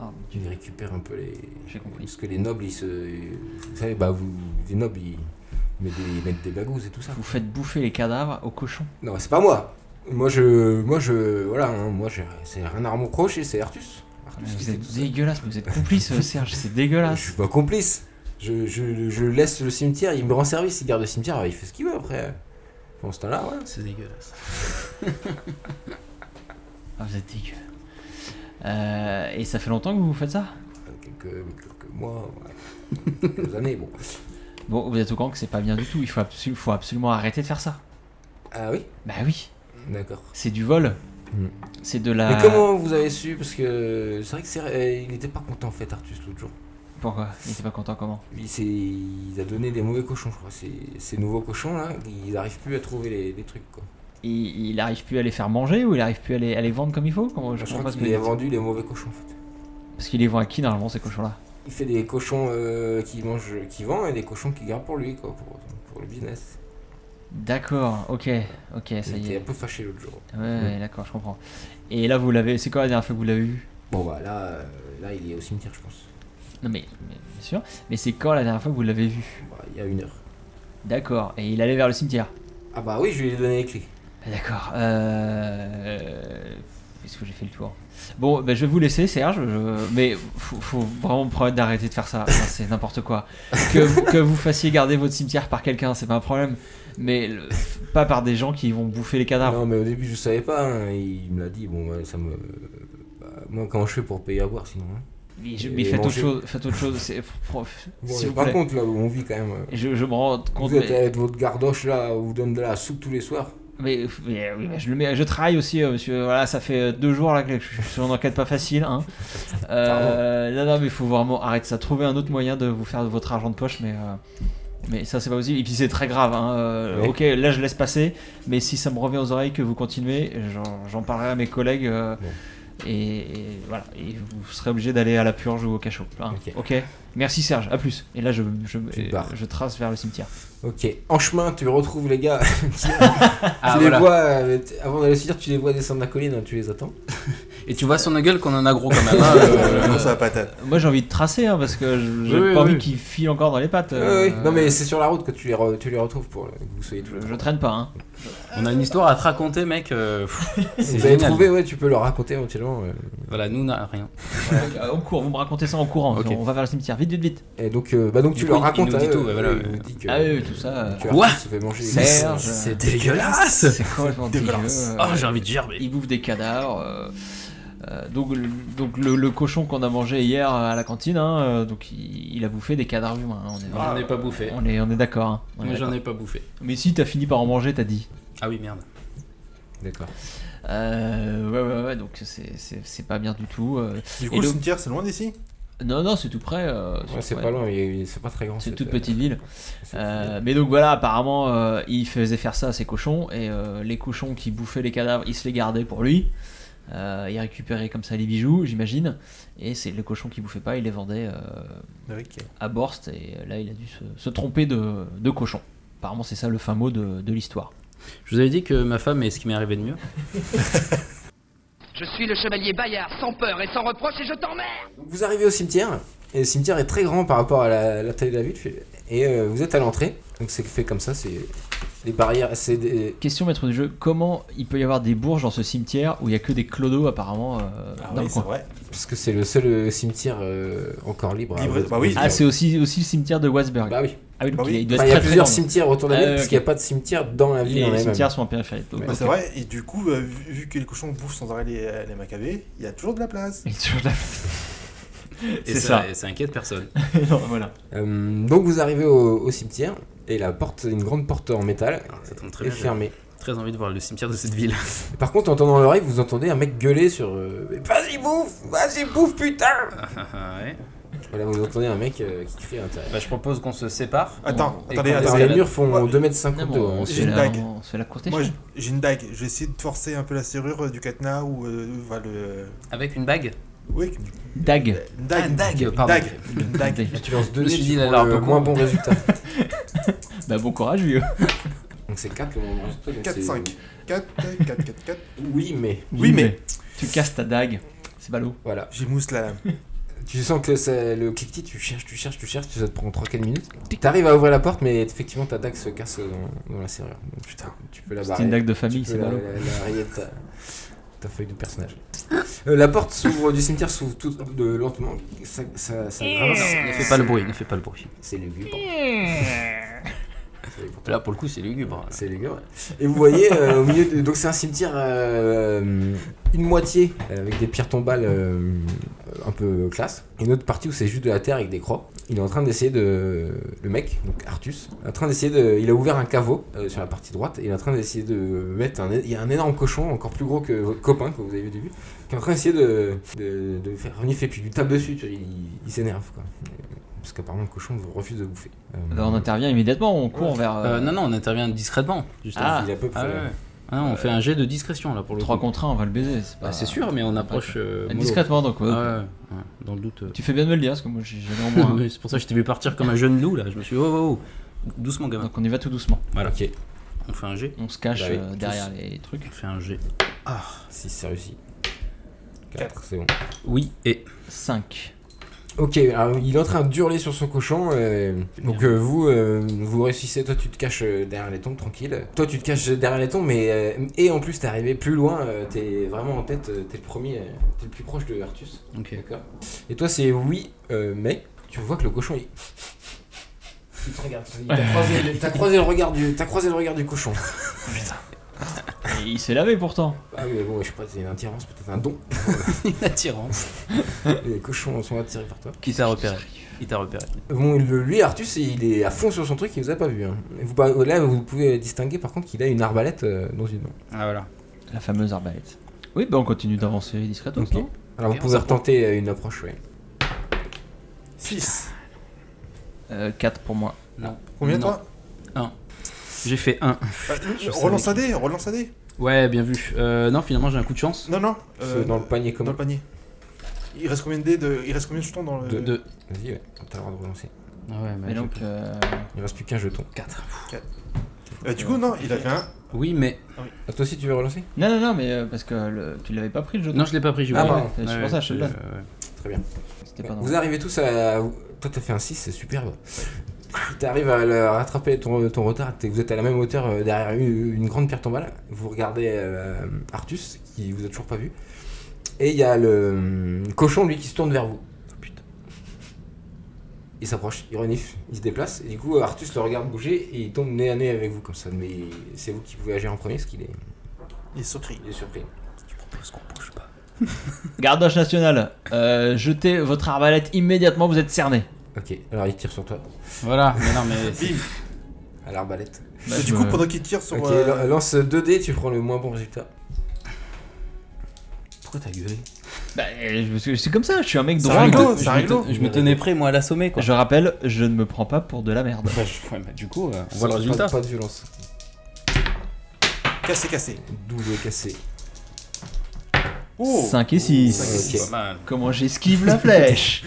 Speaker 3: Ah, mon Dieu.
Speaker 1: ils récupèrent un peu les.
Speaker 3: J'ai compris.
Speaker 1: Parce que les nobles, ils se. Vous savez, bah vous, les nobles, ils, ils mettent des, ils mettent des bagouses et tout ça.
Speaker 3: Vous faites bouffer les cadavres aux cochons.
Speaker 1: Non, c'est pas moi. Moi je, moi je, voilà, hein, moi j'ai- c'est rien à reprocher, c'est Artus. Artus qui
Speaker 3: Vous
Speaker 1: fait
Speaker 3: êtes
Speaker 1: tout ça.
Speaker 3: dégueulasse, mais vous êtes complice, euh, Serge, c'est
Speaker 1: Je
Speaker 3: dégueulasse.
Speaker 1: suis pas complice. Je, je- je laisse le cimetière, il me rend service, il garde le cimetière, il fait ce qu'il veut après. Pendant ce temps-là, ouais.
Speaker 2: C'est dégueulasse.
Speaker 3: Ah, vous êtes dégueu. Euh, et ça fait longtemps que vous faites ça
Speaker 1: Quelques, quelques mois, ouais. quelques années, bon.
Speaker 3: Bon, vous êtes au courant que c'est pas bien du tout, il faut, absolu- faut absolument arrêter de faire ça.
Speaker 1: Ah oui
Speaker 3: Bah oui,
Speaker 1: D'accord.
Speaker 3: c'est du vol.
Speaker 1: Hmm.
Speaker 3: C'est de la.
Speaker 1: Mais comment vous avez su Parce que c'est vrai que c'est, euh, il était pas content en fait, Artus, l'autre jour.
Speaker 3: Pourquoi Il était pas content comment
Speaker 1: Il, s'est- il a donné des mauvais cochons, je crois. Ces, ces nouveaux cochons là, ils arrivent plus à trouver les, les trucs quoi.
Speaker 3: il, il arrive plus à les faire manger ou il arrive plus à les, à les vendre comme il faut Comment- je
Speaker 1: Je
Speaker 3: comprends
Speaker 1: crois
Speaker 3: pas ce
Speaker 1: qu'il
Speaker 3: que vous
Speaker 1: a
Speaker 3: dites.
Speaker 1: vendu les mauvais cochons en fait.
Speaker 3: Parce qu'il les vend à qui normalement ces cochons-là
Speaker 1: Il fait des cochons euh, qui mangent, qui vend et des cochons qui garde pour lui quoi, pour, pour le business.
Speaker 3: D'accord, ok, ok, ça y
Speaker 1: J'étais
Speaker 3: est.
Speaker 1: un peu fâché l'autre jour.
Speaker 3: Ah Ouais,
Speaker 1: Mm.
Speaker 3: ouais, d'accord, je comprends. Et là, vous l'avez. C'est quoi la dernière fois que vous l'avez vu
Speaker 1: Bon bah là, euh, là il est au cimetière je pense.
Speaker 3: Non, mais, mais- bien sûr. Mais c'est quand la dernière fois que vous l'avez vu
Speaker 1: Bah, il y a une heure.
Speaker 3: D'accord, et il allait vers le cimetière.
Speaker 1: Ah bah oui je lui ai donné les clés.
Speaker 3: Ah, D'accord, euh. Est-ce que j'ai fait le tour Bon, ben, je vais vous laisser, Serge. je- Mais faut, faut vraiment me promettre d'arrêter de faire ça. Enfin, c'est n'importe quoi. Que, vous- que vous fassiez garder votre cimetière par quelqu'un, c'est pas un problème. Mais le- pas par des gens qui vont bouffer les cadavres.
Speaker 1: Non mais au début je savais pas, hein. il me l'a dit, bon bah, ça me... bah, moi comment je fais pour payer à boire sinon hein
Speaker 3: Mais, je-
Speaker 1: Et
Speaker 3: mais faites, autre
Speaker 1: manger.
Speaker 3: chose, faites autre chose. c'est-
Speaker 1: Bon,
Speaker 3: S'il
Speaker 1: mais
Speaker 3: vous
Speaker 1: Par
Speaker 3: plaît.
Speaker 1: contre là où on vit quand même... euh,
Speaker 3: Je, je me rends compte.
Speaker 1: Vous êtes
Speaker 3: mais-
Speaker 1: avec votre gardoche là, on vous donne de la soupe tous les soirs.
Speaker 3: Mais, mais- oui, mais je, le mets, je travaille aussi, euh, monsieur. Voilà, ça fait euh, deux jours là que je suis sur une enquête pas facile. Hein. Euh, non, non, mais il faut vraiment arrêter ça. Trouver un autre moyen de vous faire de votre argent de poche, mais, euh, mais ça c'est pas possible. Et puis c'est très grave. Hein. Euh,
Speaker 1: Oui.
Speaker 3: Ok, là je laisse passer, mais si ça me revient aux oreilles que vous continuez, j'en- j'en parlerai à mes collègues. euh,
Speaker 1: Bon.
Speaker 3: Et, et voilà, et vous serez obligé d'aller à la purge ou au cachot. hein.
Speaker 1: Ok.
Speaker 3: ok, merci Serge, à plus. Et là je, je,
Speaker 1: Tu te barres.
Speaker 3: je trace vers le cimetière.
Speaker 1: Ok, en chemin tu retrouves les gars,
Speaker 2: Ah,
Speaker 1: tu
Speaker 2: voilà.
Speaker 1: les vois, euh, t- avant d'aller se dire tu les vois descendre la colline, hein, tu les attends.
Speaker 2: Et tu vois sur nos gueules qu'on en a gros quand même. hein, euh,
Speaker 4: Ah, Non, ça va patate.
Speaker 3: Moi j'ai envie de tracer hein, parce que je- j'ai
Speaker 2: Oui,
Speaker 3: pas
Speaker 2: oui,
Speaker 3: envie
Speaker 2: oui.
Speaker 3: qu'il file encore dans les pattes.
Speaker 1: Ouais,
Speaker 3: euh,
Speaker 1: ouais. Non mais c'est sur la route que tu les, re- tu les retrouves pour euh, que vous soyez tous les
Speaker 3: je, je traîne pas. Hein.
Speaker 2: on a une histoire à te raconter, mec. euh, pff, c'est
Speaker 1: Vous avez
Speaker 2: génial.
Speaker 1: trouvé, ouais, tu peux leur raconter éventuellement. euh.
Speaker 2: Voilà, nous, on a rien.
Speaker 3: Euh, on court, vous me racontez ça en courant.
Speaker 2: Ok.
Speaker 3: On va vers le cimetière, vite, vite, vite.
Speaker 1: Et donc, euh, bah donc
Speaker 2: Du
Speaker 1: tu
Speaker 2: coup,
Speaker 1: leur
Speaker 2: il- il
Speaker 1: racontes
Speaker 2: nous dit
Speaker 1: à eux,
Speaker 2: tout, ouais, voilà,
Speaker 1: il
Speaker 2: ouais.
Speaker 1: nous dit que,
Speaker 3: Ah oui, tout ça. euh,
Speaker 1: que
Speaker 2: Quoi
Speaker 1: Arthur se fait manger les
Speaker 3: Merde.
Speaker 1: gosses.
Speaker 3: je-
Speaker 2: C'est dégueulasse
Speaker 3: C'est complètement dégueulasse.
Speaker 1: euh,
Speaker 2: Oh, j'ai envie de gerber.
Speaker 3: Il bouffe des cadavres. euh, euh, donc, le- donc le, le cochon qu'on a mangé hier à la cantine, hein, euh, donc il, il a bouffé des cadavres humains. hein, on est,
Speaker 2: J'en ai pas bouffé.
Speaker 3: on est, on est d'accord. hein, on est
Speaker 2: Ah. Moi, j'en
Speaker 3: d'accord.
Speaker 2: ai pas bouffé.
Speaker 3: Mais si t'as fini par en manger, t'as dit.
Speaker 2: Ah oui, merde.
Speaker 1: D'accord.
Speaker 3: Euh, ouais, ouais, ouais. Donc c'est- c'est c'est pas bien du tout. euh.
Speaker 4: Du
Speaker 3: Et
Speaker 4: coup, le
Speaker 3: donc-
Speaker 4: cimetière, c'est loin d'ici
Speaker 3: Non, non, c'est tout près. euh,
Speaker 1: Ouais, c'est
Speaker 3: près.
Speaker 1: pas loin, il- il- c'est pas très grand.
Speaker 3: C'est une
Speaker 1: cette,
Speaker 3: toute
Speaker 1: euh,
Speaker 3: petite ville.
Speaker 1: cette ville.
Speaker 3: Euh, mais donc voilà, apparemment, euh, il faisait faire ça à ses cochons, et euh, les cochons qui bouffaient les cadavres, il se les gardait pour lui. Euh, il récupérait comme ça les bijoux, j'imagine. Et c'est les cochons qui bouffaient pas, il les vendait euh,
Speaker 4: Avec euh,
Speaker 3: à Borst, et là, il a dû se, se tromper de, de cochon. Apparemment, c'est ça le fin mot de, de l'histoire.
Speaker 2: Je vous avais dit que ma femme est ce qui m'est arrivé de mieux.
Speaker 8: Je suis le chevalier Bayard, sans peur et sans reproche, et je t'emmerde
Speaker 1: Donc, Vous arrivez au cimetière, et le cimetière est très grand par rapport à la, la taille de la ville, et euh, vous êtes à l'entrée, donc c'est fait comme ça, c'est des barrières, c'est des...
Speaker 3: Question maître du jeu, comment il peut y avoir des bourges dans ce cimetière où il y a que des clodos apparemment euh,
Speaker 4: Ah
Speaker 3: dans
Speaker 4: oui,
Speaker 3: le
Speaker 4: c'est
Speaker 3: coin
Speaker 4: vrai.
Speaker 1: Parce que c'est le seul euh, cimetière euh, encore libre. à
Speaker 4: Libre,
Speaker 1: vous-
Speaker 4: bah oui.
Speaker 3: Ah c'est aussi, aussi le cimetière de Wasberg.
Speaker 1: Bah oui.
Speaker 3: Ah oui, donc
Speaker 4: Bah oui.
Speaker 3: il doit
Speaker 1: Enfin,
Speaker 3: être
Speaker 1: il y a
Speaker 3: très, très
Speaker 1: plusieurs
Speaker 3: grand.
Speaker 1: cimetières autour de la ville,
Speaker 3: Ah,
Speaker 1: parce
Speaker 3: ok.
Speaker 1: qu'il n'y a pas de cimetière dans la ville en
Speaker 3: Les
Speaker 1: elle-même.
Speaker 3: cimetières sont en périphérie. donc,
Speaker 4: Bah,
Speaker 3: ok.
Speaker 4: c'est vrai, et du coup, euh, vu vu que les cochons bouffent sans arrêt les, euh, les macabées, il y a toujours de la place.
Speaker 3: Il est toujours là.
Speaker 2: Et
Speaker 3: C'est
Speaker 2: ça,
Speaker 3: ça.
Speaker 2: et ça inquiète personne.
Speaker 3: Non, voilà.
Speaker 1: Euh, donc vous arrivez au, au cimetière, et la porte, une grande porte en métal,
Speaker 2: Ah, Ça tombe très
Speaker 1: est
Speaker 2: bien. j'ai
Speaker 1: fermée.
Speaker 2: Très envie de voir le cimetière de cette ville.
Speaker 1: Par contre, en entendant l'oreille, vous entendez un mec gueuler sur... euh, Mais vas-y bouffe Vas-y bouffe putain
Speaker 2: ouais.
Speaker 1: Voilà, vous entendez un mec euh, qui crie à l'intérieur.
Speaker 2: Bah, je propose qu'on se sépare.
Speaker 4: Attends,
Speaker 2: On- et
Speaker 4: attendez,
Speaker 2: qu'on
Speaker 1: Alors,
Speaker 4: attendez.
Speaker 1: les
Speaker 2: escalade.
Speaker 1: murs font
Speaker 4: Moi-
Speaker 1: 2m50
Speaker 3: Non, mais
Speaker 1: de
Speaker 3: on,
Speaker 1: haut, hein.
Speaker 3: se
Speaker 4: j'ai
Speaker 3: fait
Speaker 4: une
Speaker 3: la-
Speaker 4: dague.
Speaker 3: on se fait la courte
Speaker 4: Moi,
Speaker 3: échelle.
Speaker 4: j- j'ai une dague. Je vais essayer de forcer un peu la serrure euh, du cadenas ou euh, enfin, le.
Speaker 2: Avec une bague
Speaker 4: Oui,
Speaker 3: Dague.
Speaker 4: une dague.
Speaker 2: Ah, une dague,
Speaker 4: Une
Speaker 2: pardon.
Speaker 4: dague. Une dague.
Speaker 1: Tu lances deux
Speaker 2: Je
Speaker 1: dés,
Speaker 2: suis
Speaker 1: tu
Speaker 2: dit,
Speaker 1: prends
Speaker 2: alors,
Speaker 1: le
Speaker 2: beaucoup.
Speaker 1: moins bon résultat.
Speaker 3: Bah bon courage vieux.
Speaker 1: Donc c'est 4 le moment.
Speaker 4: 4, 5. 4, 4, 4, 4.
Speaker 1: Oui, mais
Speaker 4: Oui, mais-
Speaker 3: Tu casses ta dague. C'est ballot.
Speaker 1: voilà.
Speaker 4: J'ai mousse la lame.
Speaker 1: Tu sens que ça- le cliquetis, tu cherches, tu cherches, tu cherches, ça te prend 3-4 minutes. T'arrives à ouvrir la porte, mais effectivement ta dague se casse dans, dans la serrure. Donc, putain, tu peux la barrer.
Speaker 3: C'est une dague de
Speaker 1: tu
Speaker 3: famille,
Speaker 1: peux
Speaker 3: c'est
Speaker 1: la, la,
Speaker 3: ballot.
Speaker 1: la rayer de ta, ta feuille de personnage. Euh, la porte s'ouvre du cimetière s'ouvre tout de, lentement. Ça, ça, ça grince.
Speaker 2: Ne fais pas le bruit, ne fais pas le bruit.
Speaker 1: C'est lugubre. C'est lugubre.
Speaker 2: Là, pour le coup, c'est lugubre.
Speaker 1: C'est les gars. ouais. Et vous voyez euh, au milieu de- donc c'est un cimetière euh, une moitié euh, avec des pierres tombales euh, un peu classe et une autre partie où c'est juste de la terre avec des croix. Il est en train d'essayer de le mec donc Artus est en train d'essayer de il a ouvert un caveau euh, sur la partie droite et il est en train d'essayer de mettre un il y a un énorme cochon encore plus gros que votre copain que vous avez vu au début qui est en train d'essayer de de, de faire renifler puis du tape dessus tu vois, il, il s'énerve quoi. Parce qu'apparemment le cochon refuse de bouffer. Euh,
Speaker 3: Bah, on intervient immédiatement, on court vers
Speaker 2: Euh, non, non, on intervient discrètement. Justement.
Speaker 3: Ah.
Speaker 1: il est à peu près-
Speaker 2: Ah ouais, ouais. Ah non, on fait un jet de discrétion là pour le
Speaker 3: 3
Speaker 2: coup.
Speaker 3: contre 1, on va le baiser. C'est
Speaker 2: Bah,
Speaker 3: pas-
Speaker 2: c'est sûr, mais on approche euh,
Speaker 3: Euh,
Speaker 2: mollo.
Speaker 3: Discrètement donc. ouais.
Speaker 2: Ah ouais, ouais, dans le doute. euh.
Speaker 3: Tu fais bien de me le dire parce que moi j'ai jamais en moi. hein.
Speaker 2: Ouais, c'est pour ça que je t'ai vu partir comme un jeune loup là. Je me suis dit, oh, oh, oh. doucement gamin.
Speaker 3: Donc on y va tout doucement.
Speaker 2: Voilà.
Speaker 1: Ok.
Speaker 2: On fait un jet.
Speaker 3: On se cache
Speaker 1: Bah oui,
Speaker 3: euh,
Speaker 1: tous.
Speaker 3: derrière les trucs.
Speaker 2: On fait un jet.
Speaker 1: Si c'est réussi. 4, c'est bon.
Speaker 2: Oui et
Speaker 3: 5.
Speaker 1: Ok, alors il est en train d'hurler sur son cochon. euh, donc euh, vous, euh, vous réussissez. Toi, tu te caches euh, derrière les tombes, tranquille. Toi, tu te caches derrière les tombes, mais euh, et en plus, t'es arrivé plus loin. euh, t'es vraiment en tête. euh, t'es le premier. euh, t'es le plus proche de Artus.
Speaker 2: ok.
Speaker 1: D'accord. Et toi, c'est oui, euh, mais tu vois que le cochon il. Il te regarde. il- T'as croisé, le- t'as croisé le regard du. T'as croisé le regard du cochon.
Speaker 3: Et il s'est lavé pourtant.
Speaker 1: Ah mais bon, je sais pas. C'est une attirance, peut-être un don.
Speaker 2: Une attirance.
Speaker 1: Les cochons sont attirés par toi.
Speaker 2: Qui t'a repéré Il t'a repéré.
Speaker 1: Bon, le- lui, Artus, il est à fond sur son truc, il vous a pas vu. hein. Vous, par- là, vous pouvez distinguer par contre qu'il a une arbalète euh, dans une main.
Speaker 2: Ah voilà.
Speaker 3: La fameuse arbalète. Oui, bah on continue d'avancer discrètement.
Speaker 1: Ok.
Speaker 3: non
Speaker 1: Alors
Speaker 2: Ok,
Speaker 1: vous
Speaker 2: on
Speaker 1: pouvez retenter euh, une approche, ouais.
Speaker 4: 6.
Speaker 3: Euh, 4 pour moi.
Speaker 2: Non.
Speaker 4: Combien
Speaker 2: Non.
Speaker 4: toi
Speaker 2: J'ai fait un.
Speaker 4: Bah,
Speaker 2: Je
Speaker 4: Relance un
Speaker 2: savais
Speaker 4: dé, relance un dé.
Speaker 2: Ouais, bien vu. Euh, non, finalement, j'ai un coup de chance.
Speaker 4: Non, non.
Speaker 1: C'est
Speaker 4: euh,
Speaker 1: dans le panier
Speaker 4: dans
Speaker 1: commun.
Speaker 4: le panier. Il reste combien de dés de... Il reste combien de jetons dans le.
Speaker 2: De. de...
Speaker 1: Vas-y, ouais, t'as le droit de relancer.
Speaker 2: Ah Ouais,
Speaker 3: Mais donc, euh,
Speaker 1: Il reste plus qu'un jeton.
Speaker 2: 4.
Speaker 4: Euh, du coup, non, il a fait un.
Speaker 2: Oui, mais.
Speaker 1: Ah, toi aussi, tu veux relancer
Speaker 3: Non, non, non, mais euh, parce que le- tu l'avais pas pris le jeu.
Speaker 2: Non, je l'ai pas pris, j'ai
Speaker 1: Ah,
Speaker 2: oublié.
Speaker 1: pardon.
Speaker 3: C'est pour
Speaker 2: ouais,
Speaker 3: ça, je te le
Speaker 2: c'est-
Speaker 3: donne.
Speaker 2: euh, ouais.
Speaker 3: C'était pas dans
Speaker 1: Vous arrivez tous à. Toi, t'as fait un 6, c'est superbe. T'arrives à le- à rattraper ton, ton retard, t'es- vous êtes à la même hauteur euh, derrière une, une grande pierre tombale. Vous regardez euh, Artus, qui vous a toujours pas vu. Et il y a le euh, cochon, lui, qui se tourne vers vous. Oh, Putain. Il s'approche, il renifle, il se déplace. Et du coup, Artus le regarde bouger et il tombe nez à nez avec vous comme ça. Mais c'est vous qui pouvez agir en premier parce qu'il est,
Speaker 4: Il est surpris.
Speaker 1: il est surpris.
Speaker 2: Propose qu'on bouge pas.
Speaker 3: Gardoche nationale, euh, jetez votre arbalète immédiatement, vous êtes cerné.
Speaker 1: Ok, alors il tire sur toi
Speaker 2: Voilà, mais non, mais. c'est-
Speaker 4: Bim.
Speaker 1: à l'arbalète.
Speaker 4: Et du coup, pendant qu'il tire sur.
Speaker 1: Ok,
Speaker 4: euh,
Speaker 1: lan- lance 2 dés, tu prends le moins bon résultat.
Speaker 2: Pourquoi t'as gueulé
Speaker 3: Bah, euh, parce que c'est comme ça, je suis un mec
Speaker 4: C'est
Speaker 3: droit.
Speaker 4: un rigolo,
Speaker 3: Je-
Speaker 4: c'est un rigolo.
Speaker 2: Je me tenais prêt, moi, à l'assommer, quoi.
Speaker 3: Je rappelle, je ne me prends pas pour de la merde.
Speaker 2: Bah, je- ouais, bah, du coup, euh, on voit le
Speaker 1: Pas-
Speaker 2: résultat.
Speaker 1: Pas de violence.
Speaker 4: euh, Cassé, cassé.
Speaker 1: Double cassé.
Speaker 3: 5 Oh. et 6.
Speaker 1: Ok.
Speaker 2: Pas mal.
Speaker 3: Comment j'esquive la flèche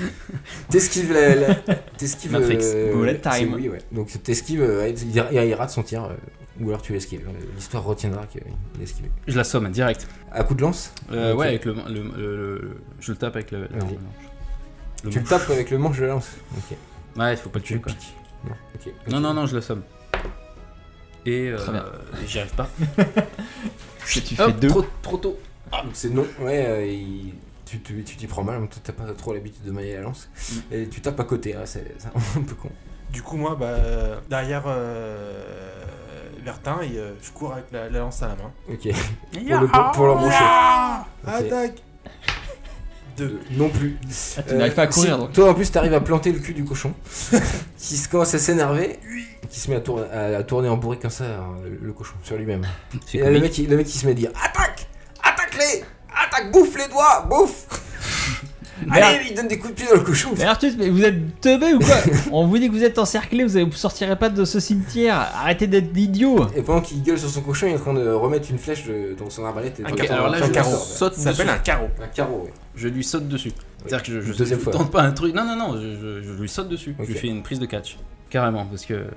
Speaker 1: T'esquives la. la- T'esquives. euh,
Speaker 2: Matrix.
Speaker 3: Bullet
Speaker 1: c'est-
Speaker 3: time.
Speaker 1: Oui, ouais. Donc t'esquives, euh, ouais, il, il- il rate son tir, euh, ou alors tu l'esquives. L'histoire retiendra qu'il l'a esquivé.
Speaker 2: Je la somme direct.
Speaker 1: À coup de lance
Speaker 2: Euh,
Speaker 1: Ok.
Speaker 2: Ouais, avec le, le- le- le- Je le tape avec le.
Speaker 1: Vas-y.
Speaker 2: Le
Speaker 1: Tu le
Speaker 2: manche.
Speaker 1: tapes avec le manche de la lance. Ok.
Speaker 2: Ouais, il faut pas le
Speaker 1: Tu
Speaker 2: tuer
Speaker 1: le
Speaker 2: quoi.
Speaker 1: piques. Non, ok.
Speaker 2: Non, non, non, je le somme. Et.
Speaker 3: Très bien.
Speaker 2: euh, J'y arrive pas.
Speaker 3: Que tu fais
Speaker 2: Hop,
Speaker 3: 2.
Speaker 2: trop, trop tôt.
Speaker 1: Ah, c'est non, ouais, euh, il- tu tu- tu t'y prends mal, en même temps t'as pas trop l'habitude de manier la lance. Et tu tapes à côté, hein, c'est c'est un peu con.
Speaker 4: Du coup, moi, bah, euh, derrière euh, Bertin, et, euh, je cours avec la, la lance à la main.
Speaker 1: Ok. pour le bon- pour l'embrancher. Ok.
Speaker 4: Attaque Deux.
Speaker 1: Non plus. Euh,
Speaker 3: tu n'arrives pas à courir, donc.
Speaker 1: Toi en plus t'arrives à planter le cul du cochon qui se commence à s'énerver, qui se met à, tour- à- à tourner en bourré comme ça hein, le cochon sur lui-même.
Speaker 2: C'est
Speaker 1: Et là, le
Speaker 2: comique.
Speaker 1: mec, il- le mec il se met à dire attaque, attaque-les, attaque, bouffe les doigts, bouffe. Allez, il donne des coups de pied dans le cochon.
Speaker 3: Mais Artus, mais vous êtes teubé ou quoi On vous dit que vous êtes encerclé, vous ne sortirez pas de ce cimetière. Arrêtez d'être idiot.
Speaker 1: Et pendant qu'il gueule sur son cochon, il est en train de remettre une flèche de- dans son arbalète. Et
Speaker 4: Un
Speaker 1: dans-
Speaker 2: Ok,
Speaker 4: carreau,
Speaker 1: dans-
Speaker 2: alors
Speaker 1: dans
Speaker 2: là,
Speaker 1: un
Speaker 2: je lui
Speaker 1: carreau.
Speaker 2: saute dessus.
Speaker 4: s'appelle un carreau.
Speaker 1: Un carreau, ouais.
Speaker 2: Je lui saute dessus. C'est-à-dire que je, je,
Speaker 1: Deuxième
Speaker 2: je
Speaker 1: fois.
Speaker 2: tente pas un truc. Non, non, non, je, je- je lui saute dessus. Je lui
Speaker 1: Ok.
Speaker 2: fais une prise de catch. Carrément, parce que.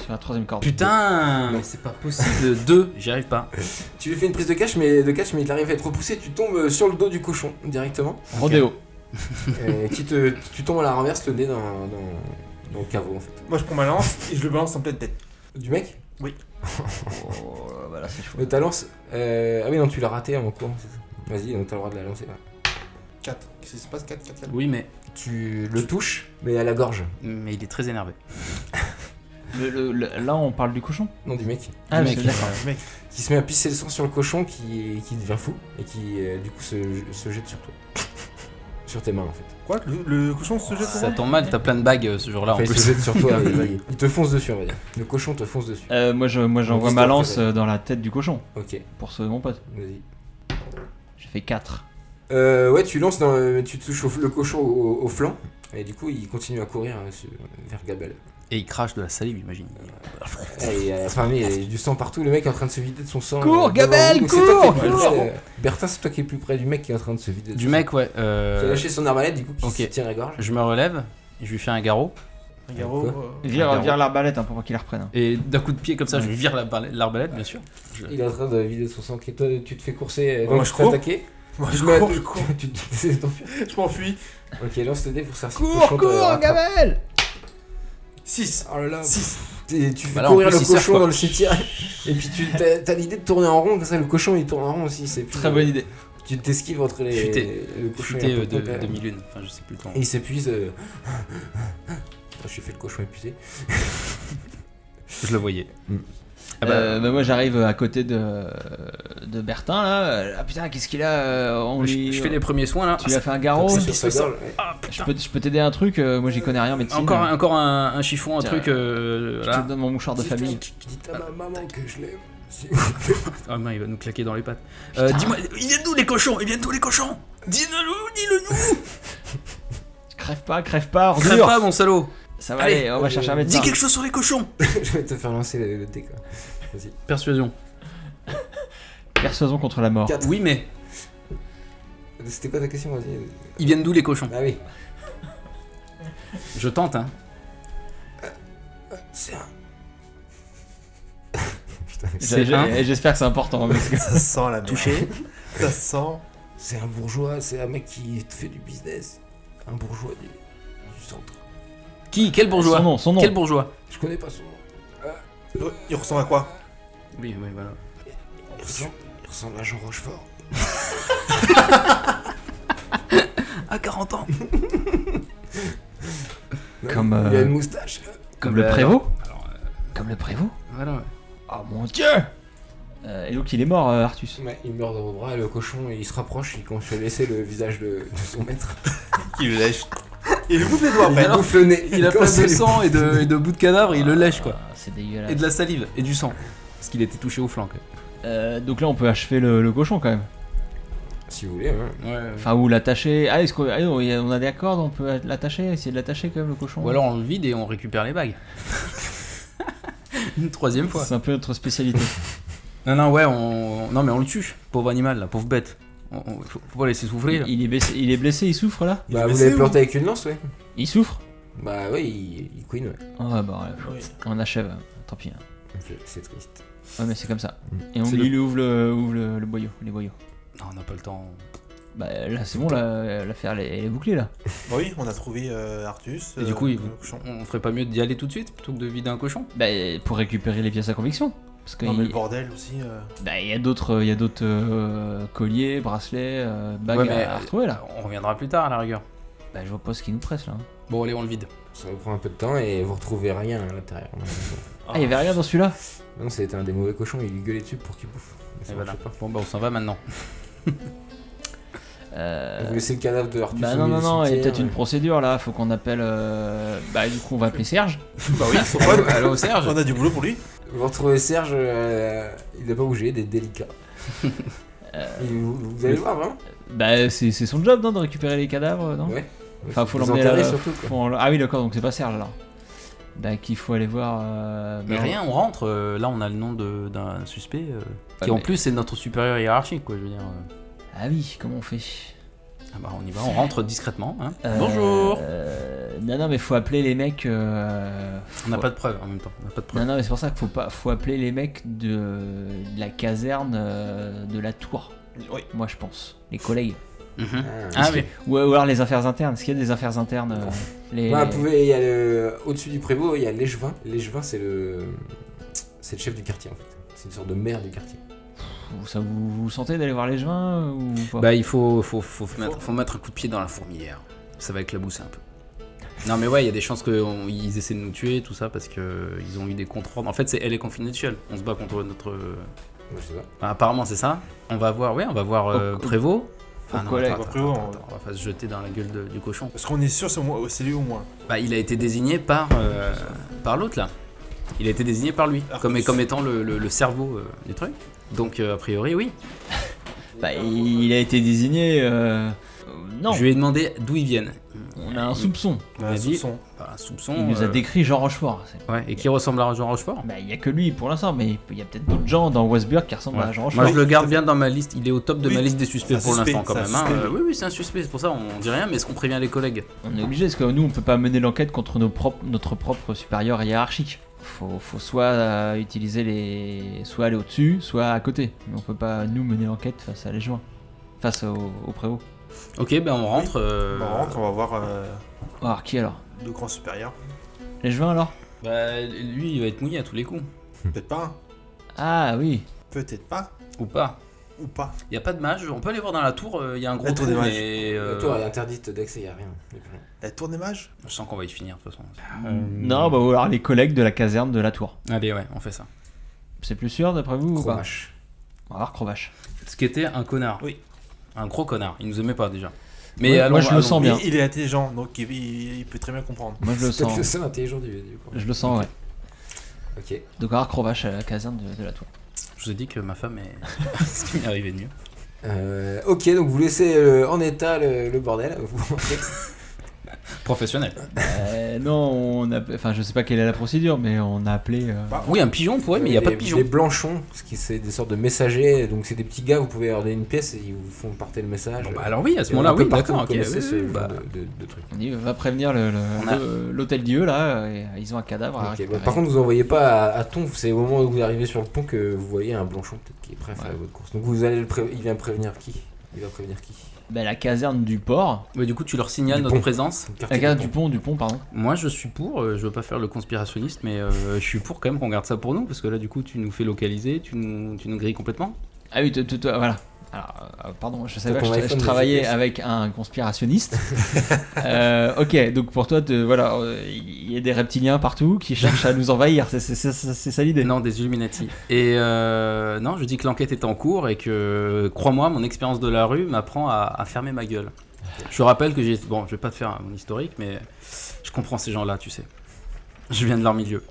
Speaker 3: Sur la troisième corde.
Speaker 2: Putain Mais c'est pas possible. Deux, j'y arrive pas.
Speaker 1: Tu lui fais une prise de cache, mais de cache, mais il arrive à être repoussé. Tu tombes euh, sur le dos du cochon directement.
Speaker 3: Rodéo.
Speaker 1: Euh, qui te, tu tombes à la renverse, le nez dans, dans, dans le caveau en fait.
Speaker 4: Moi, je prends ma lance et je le balance en pleine tête.
Speaker 1: Du mec
Speaker 3: Oh, bah là, c'est chaud.
Speaker 1: Le ta lance. euh, ah oui, non, tu l'as raté en courant, c'est ça. Vas-y, donc t'as le droit de la lancer. ouais.
Speaker 4: 4. Qu'est-ce qui se passe 4, 4, 4.
Speaker 2: Oui, mais.
Speaker 1: Tu le touches, mais à la gorge.
Speaker 2: Mais il est très énervé.
Speaker 3: Le- le- le- là, on parle du cochon.
Speaker 1: Non, du mec.
Speaker 3: Ah,
Speaker 2: mec,
Speaker 3: mais
Speaker 2: il-
Speaker 3: d'accord.
Speaker 4: Euh, Mec,
Speaker 1: Qui se met à pisser le sang sur le cochon, qui, qui devient fou, et qui euh, du coup se, se jette sur toi. sur tes mains en fait.
Speaker 4: quoi le, le cochon se jette sur
Speaker 2: Ça
Speaker 4: moi
Speaker 2: tombe mal, t'as plein de bagues euh, ce jour-là en
Speaker 1: Enfin, il se
Speaker 2: plus.
Speaker 1: jette sur toi, et il, il te fonce dessus, on va dire. Le cochon te fonce dessus.
Speaker 3: Euh, moi, je- moi, j'envoie
Speaker 1: Mon
Speaker 3: ma
Speaker 1: histoire
Speaker 3: lance
Speaker 1: préférée.
Speaker 3: euh, dans la tête du cochon
Speaker 1: Ok,
Speaker 3: pour sauver mon pote.
Speaker 1: vas-y.
Speaker 3: J'ai fait 4.
Speaker 1: Euh, ouais, tu lances dans le- tu touches au- le cochon au, au flanc, et du coup il continue à courir euh, sur- vers Gabel.
Speaker 2: Et il crache de la salive, j'imagine.
Speaker 1: Et à la fin, Eh, euh, mais il y a du sang partout, le mec est en train de se vider de son sang.
Speaker 3: Cours,
Speaker 1: euh, devant
Speaker 3: Gabelle,
Speaker 1: vous. C'est toi qui es
Speaker 3: cours,
Speaker 1: plus
Speaker 3: cours.
Speaker 1: près, euh, Bertin, c'est toi qui es plus près du mec qui est en train de se vider de
Speaker 2: Du
Speaker 1: son
Speaker 2: mec, ouais.
Speaker 1: sang. Qui a
Speaker 2: Euh,
Speaker 1: lâché son arbalète, du coup, qui
Speaker 2: ok.
Speaker 1: se tient la gorge.
Speaker 2: je me relève, je lui fais un garrot.
Speaker 4: Un carreau, euh,
Speaker 3: Vire,
Speaker 2: Garou.
Speaker 3: vire l'arbalète hein, pour pas qu'il la reprenne.
Speaker 2: Et d'un coup de pied comme ça, je lui vire la barle- l'arbalète, bien sûr. Je-
Speaker 1: Il est en train de vider son sang. Et toi, tu te fais courser, euh,
Speaker 4: Moi,
Speaker 1: donc
Speaker 4: je
Speaker 1: tu te fais
Speaker 4: cours.
Speaker 1: attaquer.
Speaker 4: Moi,
Speaker 1: Tu
Speaker 4: je
Speaker 1: te mets à-
Speaker 4: cours, je cours.
Speaker 1: tu te- tu essaies de t'enfuir.
Speaker 4: Je m'enfuis.
Speaker 1: Ok, lance le dé pour savoir si le
Speaker 3: Cours,
Speaker 1: cochon te
Speaker 3: cours,
Speaker 1: rattrape.
Speaker 3: Gabel
Speaker 4: 6.
Speaker 1: Oh là là.
Speaker 4: 6.
Speaker 1: Et tu fais
Speaker 2: Bah là, en
Speaker 1: courir
Speaker 2: plus,
Speaker 1: le
Speaker 2: il surfe,
Speaker 1: cochon
Speaker 2: quoi.
Speaker 1: dans le cimetière et puis tu t'as t'as l'idée de tourner en rond comme ça le cochon il tourne en rond aussi c'est plus- euh,
Speaker 3: Très bonne idée.
Speaker 1: tu t'esquives entre les
Speaker 2: Futé.
Speaker 1: le cochon et
Speaker 2: Futé
Speaker 1: la
Speaker 2: euh, de
Speaker 1: pompe, euh,
Speaker 2: demi-lune. Enfin, je sais plus quand.
Speaker 1: et il s'épuise euh... je suis fait le cochon épuisé
Speaker 2: Je le voyais.
Speaker 1: Mm.
Speaker 2: Ah bah,
Speaker 3: Euh, bah, moi j'arrive à côté de, de Bertin là. Ah putain, qu'est-ce qu'il a euh, on
Speaker 2: je,
Speaker 3: lui-
Speaker 2: je fais les premiers soins là.
Speaker 3: Tu lui as fait un garrot
Speaker 1: C'est
Speaker 2: Oh,
Speaker 1: sur
Speaker 2: il
Speaker 1: sa
Speaker 2: se fait
Speaker 1: gorge, ouais.
Speaker 2: Ah, putain.
Speaker 3: Je peux, je peux t'aider à un truc euh, Moi j'y connais rien en médecine.
Speaker 2: Encore, un- encore un, un chiffon, un
Speaker 3: Tiens,
Speaker 2: truc. euh,
Speaker 3: Je
Speaker 2: là.
Speaker 3: te donne mon mouchoir de
Speaker 1: Dis-toi-
Speaker 3: famille.
Speaker 1: Dites à ma maman que je l'aime.
Speaker 2: Ah non, il va nous claquer dans les pattes. Euh,
Speaker 3: Ah.
Speaker 2: Dis-moi, ils viennent d'où les cochons Ils viennent d'où les cochons Dis-le-nous, dis-le-nous
Speaker 3: Crève pas, crève pas,
Speaker 2: Crève
Speaker 3: ordure
Speaker 2: pas, mon salaud
Speaker 3: Ça va
Speaker 2: Allez,
Speaker 3: aller, on va chercher un
Speaker 1: euh,
Speaker 2: Dis
Speaker 3: médecin.
Speaker 2: quelque chose sur les cochons
Speaker 1: je vais te faire lancer le, le dé quoi.
Speaker 2: Persuasion.
Speaker 3: Persuasion contre la mort.
Speaker 1: Quatre.
Speaker 2: Oui, mais
Speaker 1: C'était quoi ta question vas-y
Speaker 2: ils viennent d'où les cochons
Speaker 1: Ah oui.
Speaker 2: Je tente, hein.
Speaker 1: C'est un.
Speaker 2: C'est
Speaker 3: J'ai-
Speaker 2: un.
Speaker 3: et J'espère que c'est important. parce que-
Speaker 4: Ça sent la toucher. Ça sent.
Speaker 1: C'est un bourgeois, c'est un mec qui fait du business. Un bourgeois du, du centre.
Speaker 2: Qui Quel bourgeois
Speaker 3: Son nom, son nom.
Speaker 2: Quel bourgeois
Speaker 1: Je connais pas son nom.
Speaker 4: Il ressemble à quoi
Speaker 2: Oui, oui, voilà.
Speaker 1: Il ressemble, il ressemble à Jean Rochefort.
Speaker 2: À 40 ans
Speaker 3: Comme,
Speaker 1: Il a
Speaker 3: euh,
Speaker 1: une moustache.
Speaker 3: Comme le
Speaker 2: Euh,
Speaker 3: prévôt
Speaker 2: alors, euh,
Speaker 3: Comme le prévôt
Speaker 2: Voilà.
Speaker 3: Oh mon dieu Euh, Et donc il est mort, euh, Artus.
Speaker 1: Ouais, il meurt dans vos bras et le cochon il se rapproche, il commence à laisser le visage de, de son maître.
Speaker 4: Il le lèche. Il lui bouffe les doigts après.
Speaker 2: Alors,
Speaker 1: bouffe le nez.
Speaker 2: Il a
Speaker 1: commence
Speaker 2: place de
Speaker 1: à lui-
Speaker 2: sang et de, et de bouts de cadavre et il le lèche, quoi.
Speaker 3: Ah, C'est
Speaker 2: Et
Speaker 3: dégueulasse.
Speaker 2: de la salive et du sang. Parce qu'il était touché au flanc, quoi.
Speaker 3: Euh, donc là on peut achever le, le cochon quand même.
Speaker 1: Si vous voulez, hein.
Speaker 2: Ouais.
Speaker 3: Enfin, ou l'attacher. Ah, est-ce qu'on ah, on y a- on a des accords On peut l'attacher Essayer de l'attacher quand même le cochon
Speaker 2: Ou alors on le vide et on récupère les bagues. Une troisième fois.
Speaker 3: C'est un peu notre spécialité.
Speaker 2: Non, non, ouais, on... Non, mais on le tue, pauvre animal, là, pauvre bête. On- on- faut, faut pas laisser
Speaker 3: Il,
Speaker 2: souffrir.
Speaker 3: il est blessé, il est blessé, il souffre là
Speaker 4: Il
Speaker 1: Bah,
Speaker 4: est
Speaker 1: vous
Speaker 4: blessé,
Speaker 1: l'avez
Speaker 4: ou-
Speaker 1: planté avec une lance, ouais.
Speaker 3: Il souffre
Speaker 1: Bah, ouais, il, il queen, ouais.
Speaker 3: Ah bah ouais, on achève, hein. tant pis. hein.
Speaker 1: Donc, C'est triste.
Speaker 3: Ouais mais c'est comme ça. Et on
Speaker 2: Mm. C'est
Speaker 3: lui ouvre le, ouvre le, le boyau, les boyaux.
Speaker 2: Non, on n'a pas le temps.
Speaker 3: Bah
Speaker 2: Ah,
Speaker 3: là c'est bon, là, l'affaire elle est elle est bouclée là.
Speaker 4: Bah oui, on a trouvé euh, Artus.
Speaker 2: Et
Speaker 4: euh,
Speaker 2: du coup, il-
Speaker 4: le cochon.
Speaker 2: On ferait pas mieux d'y aller tout de suite plutôt que de vider un cochon
Speaker 3: Bah pour récupérer les pièces à conviction. Parce que
Speaker 4: Non, mais
Speaker 3: il
Speaker 4: le bordel aussi. euh,
Speaker 3: bah, il y a d'autres, il y a d'autres euh, colliers, bracelets, euh, bagues
Speaker 2: Ouais, mais- euh,
Speaker 3: à, à retrouver là.
Speaker 2: On reviendra plus tard à la rigueur.
Speaker 3: Bah je vois pas ce qui nous presse là.
Speaker 2: Bon, allez, on le vide.
Speaker 1: Ça vous prend un peu de temps et vous retrouvez rien à l'intérieur.
Speaker 3: Ah, il y avait rien dans celui-là
Speaker 1: Non, c'était un des mauvais cochons, il lui gueulait dessus pour qu'il bouffe. Mais ça
Speaker 2: Et voilà.
Speaker 1: marchait pas.
Speaker 2: Bon, bah, on s'en va maintenant.
Speaker 1: Vous
Speaker 3: euh...
Speaker 1: laissez le cadavre de Artus.
Speaker 3: Bah
Speaker 1: au
Speaker 3: non,
Speaker 1: milieu
Speaker 3: non,
Speaker 1: du
Speaker 3: non, il y a
Speaker 1: cimetière,
Speaker 3: peut-être une
Speaker 1: ouais.
Speaker 3: procédure là, faut qu'on appelle. euh, Bah du coup on va appeler Serge.
Speaker 2: bah oui, faut pas. Allô, Serge
Speaker 4: On a du boulot pour lui.
Speaker 1: Vous retrouvez Serge, euh, il n'a pas bougé, il est délicat.
Speaker 3: Euh,
Speaker 1: Et vous, vous allez voir, hein. vraiment
Speaker 3: Bah c'est c'est son job non, de récupérer les cadavres, non
Speaker 1: Ouais.
Speaker 3: Enfin, faut
Speaker 1: Vous
Speaker 3: l'emmener
Speaker 1: enterrez
Speaker 3: là.
Speaker 1: surtout, quoi.
Speaker 3: faut en- Ah oui, d'accord, donc c'est pas Serge alors. Donc il faut aller voir. euh,
Speaker 2: Mais
Speaker 3: bah,
Speaker 2: rien, on rentre. euh, là, on a le nom de- d'un suspect euh, qui,
Speaker 3: Ouais,
Speaker 2: en
Speaker 3: mais-
Speaker 2: plus, est notre supérieur hiérarchique, quoi. Je veux dire. euh.
Speaker 3: Ah oui, comment on fait
Speaker 2: Ah bah, on y va, on rentre discrètement. hein.
Speaker 3: Euh,
Speaker 2: Bonjour
Speaker 3: euh, Non, non, mais faut appeler les mecs. euh,
Speaker 2: On n'a
Speaker 3: faut-
Speaker 2: pas de preuves en même temps. On n'a pas de
Speaker 3: Non,
Speaker 2: preuves.
Speaker 3: non, mais c'est pour ça qu'il faut, pas... faut appeler les mecs de, de la caserne euh, de la tour.
Speaker 4: Oui.
Speaker 3: Moi je pense. Les collègues.
Speaker 2: Mhm.
Speaker 3: Hein
Speaker 1: Ah,
Speaker 2: Ah, oui.
Speaker 3: Ou, ou alors les affaires internes. Est-ce qu'il y a des affaires internes euh, les...
Speaker 1: Bah, vous pouvez- il y a le- Au-dessus du prévôt, il y a l'échevin. L'échevin, c'est le... c'est le chef du quartier, en fait. C'est une sorte de maire du quartier.
Speaker 3: Ça vous, vous sentez d'aller voir les joints euh, ou pas
Speaker 2: Bah, il faut, faut, faut, mettre, faut mettre un coup de pied dans la fourmilière. Ça va éclabousser un peu. Non, mais ouais, il y a des chances qu'ils essaient de nous tuer, tout ça, parce qu'ils ont eu des contrôles. En fait, c'est elle est confidentielle. On se bat contre notre. euh,
Speaker 1: Moi, je sais pas.
Speaker 2: Enfin, apparemment, c'est ça. On va voir, ouais, on va voir euh,
Speaker 3: Au-
Speaker 2: Prévost.
Speaker 3: au collègue.
Speaker 2: attends,
Speaker 4: Au Prévost,
Speaker 2: attends,
Speaker 4: on-
Speaker 2: attends, on va pas se jeter dans la gueule de- du cochon.
Speaker 4: Parce qu'on est sûr, c'est au moins- c'est lui au moins.
Speaker 2: Bah, il a été désigné par, euh, par l'autre là. Il a été désigné par lui,
Speaker 4: Arcus.
Speaker 2: comme, comme étant le, le- le cerveau euh, du truc. Donc, euh, a priori, oui.
Speaker 3: Bah, il il a été désigné. euh, euh, Non,
Speaker 2: Je lui ai demandé d'où ils viennent.
Speaker 3: on a un soupçon.
Speaker 4: On
Speaker 2: a
Speaker 4: a un
Speaker 2: dit-
Speaker 4: soupçon.
Speaker 2: Enfin, un soupçon.
Speaker 3: Il nous a
Speaker 2: euh,
Speaker 3: décrit Jean Rochefort. C'est-
Speaker 2: Ouais, et qui ressemble à Jean Rochefort.
Speaker 3: Bah, il n'y a que lui pour l'instant, mais il peut- il y a peut-être d'autres gens dans Westburg qui ressemblent à Jean
Speaker 2: Ouais.
Speaker 3: Rochefort.
Speaker 2: Moi, je le garde bien dans ma liste. Il est au top de
Speaker 4: Oui,
Speaker 2: ma liste des suspects
Speaker 4: c'est un
Speaker 2: pour
Speaker 4: suspect,
Speaker 2: l'instant, quand
Speaker 4: c'est un
Speaker 2: même. hein.
Speaker 4: suspect.
Speaker 2: Euh, oui, oui, c'est un suspect. C'est pour ça, on dit rien, mais est-ce qu'on prévient les collègues
Speaker 3: On est obligé, parce que nous, on peut pas mener l'enquête contre nos propres, notre propre supérieur hiérarchique. Faut, faut soit euh, utiliser les. soit aller au-dessus, soit à côté. Mais on peut pas, nous, mener l'enquête face à les joints. Face au, au prévôt.
Speaker 2: Ok, ben on rentre. euh,
Speaker 4: Bah, On rentre, on va voir euh,
Speaker 3: On va voir qui alors
Speaker 4: le grand supérieur.
Speaker 3: Les joints alors
Speaker 2: Bah, lui, il va être mouillé à tous les coups.
Speaker 3: Hmm.
Speaker 4: Peut-être pas, hein.
Speaker 3: Ah oui
Speaker 4: peut-être pas,
Speaker 2: Ou pas.
Speaker 4: ou pas.
Speaker 2: Il y a pas de mage. On peut aller voir dans la tour. euh, Il y a un gros
Speaker 4: La tour
Speaker 2: trou,
Speaker 4: des mages.
Speaker 2: mais, euh,
Speaker 1: La tour elle est interdite d'accès, il n'y a rien. Y a plus rien.
Speaker 4: La tour des mages
Speaker 2: Je sens qu'on va y finir de toute façon. Hum.
Speaker 3: Non, bah, ou alors les collègues de la caserne de la tour.
Speaker 2: Allez, ouais, on fait ça.
Speaker 3: C'est plus sûr d'après vous ou pas
Speaker 1: Cromache.
Speaker 3: On va voir Crovache.
Speaker 2: Ce qui était un connard.
Speaker 4: Oui.
Speaker 2: Un gros connard. Il nous aimait pas déjà. Mais
Speaker 3: Mais moi,
Speaker 2: allons-
Speaker 3: je le
Speaker 2: allons-
Speaker 3: sens bien.
Speaker 4: Il, il est intelligent, donc il, il- il peut très bien comprendre.
Speaker 3: Moi, je le
Speaker 1: C'est peut-être
Speaker 3: sens.
Speaker 1: le seul intelligent du, du coin.
Speaker 3: Je le sens, ouais.
Speaker 1: Ok.
Speaker 3: Donc, alors, Crovache à la caserne de, de la tour.
Speaker 2: Je vous ai dit que ma femme est. ce qui m'est arrivé de mieux.
Speaker 1: Euh, ok, donc vous laissez euh, en état le, le bordel. Vous en faites.
Speaker 2: Professionnel.
Speaker 3: Euh, non, on a. Enfin, je sais pas quelle est la procédure, mais on a appelé. euh,
Speaker 2: Oui, un pigeon pourrait, mais il n'y a pas de
Speaker 1: Les-
Speaker 2: pigeon.
Speaker 1: Les blanchons, ce qui c'est des sortes de messagers, donc c'est des petits gars, vous pouvez leur donner une pièce et ils vous font porter le message.
Speaker 2: Bon, bah alors oui, à ce
Speaker 1: Et
Speaker 2: moment-là,
Speaker 1: un peu
Speaker 2: oui,
Speaker 1: partout,
Speaker 2: d'accord.
Speaker 1: vous
Speaker 2: ok,
Speaker 1: connaissez
Speaker 2: oui,
Speaker 1: ce
Speaker 2: oui,
Speaker 1: genre
Speaker 2: bah,
Speaker 1: de, de- de trucs.
Speaker 3: On dit, va prévenir le- le-
Speaker 2: On a-
Speaker 3: le- l'hôtel Dieu, là. euh, et ils ont un cadavre à
Speaker 1: Ok,
Speaker 3: récupérer.
Speaker 1: bah, par contre, vous envoyez pas à, à Ton, c'est au moment où vous arrivez sur le pont que vous voyez un blanchon peut-être qui est prêt à faire votre course. Donc vous allez le pré- il vient prévenir qui Il va prévenir qui
Speaker 3: Bah, la caserne du port.
Speaker 2: Mais du coup, tu leur signales
Speaker 1: Du
Speaker 2: notre
Speaker 1: pont.
Speaker 2: présence.
Speaker 1: Le quartier
Speaker 3: La caserne
Speaker 1: de
Speaker 3: du
Speaker 1: Pont.
Speaker 3: pont, du pont, pardon.
Speaker 2: Moi, je suis pour. euh, je veux pas faire le conspirationniste, mais euh, je suis pour quand même qu'on garde ça pour nous, parce que là, du coup, tu nous fais localiser, tu nous, tu nous grilles complètement.
Speaker 3: Ah oui, tout- tout- tout- voilà. Alors, euh, pardon, je savais
Speaker 1: T'as
Speaker 3: pas,
Speaker 1: ton
Speaker 3: je, je
Speaker 1: iPhone,
Speaker 3: travaillais
Speaker 1: mais c'est-
Speaker 3: avec un conspirationniste. Euh, ok, donc pour toi, te- voilà, euh, il y a des reptiliens partout qui cherchent à nous envahir. C'est c'est- c'est- c'est- c'est ça l'idée.
Speaker 2: Non, des Illuminati. Et euh, non, je dis que l'enquête est en cours et que, crois-moi, mon expérience de la rue m'apprend à, à fermer ma gueule. Je rappelle que j'ai. Bon, je vais pas te faire mon historique, mais je comprends ces gens-là, tu sais. Je viens de leur milieu.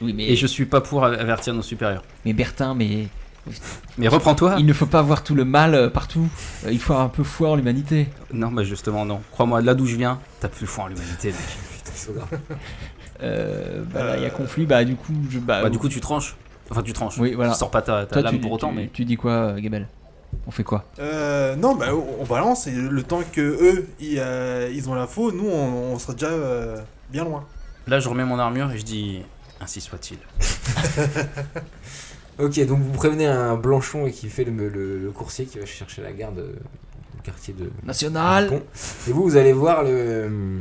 Speaker 3: Oui, mais,
Speaker 2: Et je suis pas pour avertir nos supérieurs.
Speaker 3: mais Bertin, mais
Speaker 2: Mais reprends-toi
Speaker 3: il ne faut pas voir tout le mal euh, partout. Euh, Il faut avoir un peu foi en l'humanité.
Speaker 2: Non, bah justement, non. Crois-moi, là d'où je viens, t'as plus foi en l'humanité, mec.
Speaker 1: Putain, ils sont là.
Speaker 3: Euh, bah là, il y a conflit, bah du coup, je, bah,
Speaker 2: Bah, du coup, tu tranches. Enfin, tu tranches.
Speaker 3: Oui, voilà.
Speaker 2: Tu sors pas ta, ta
Speaker 3: toi,
Speaker 2: lame
Speaker 3: tu,
Speaker 2: pour autant,
Speaker 3: tu-
Speaker 2: mais.
Speaker 3: tu dis quoi, euh, Gabel On fait quoi
Speaker 4: Euh, non, bah, on on balance et le temps que eux ils, euh, ils ont l'info, nous on, on sera déjà euh, bien loin.
Speaker 2: Là, je remets mon armure et je dis ainsi soit-il.
Speaker 1: Ok, donc vous prévenez un Blanchon et qui fait le, le- le coursier qui va chercher la garde au quartier de
Speaker 3: National
Speaker 1: Pont. Et vous, vous allez voir le, euh,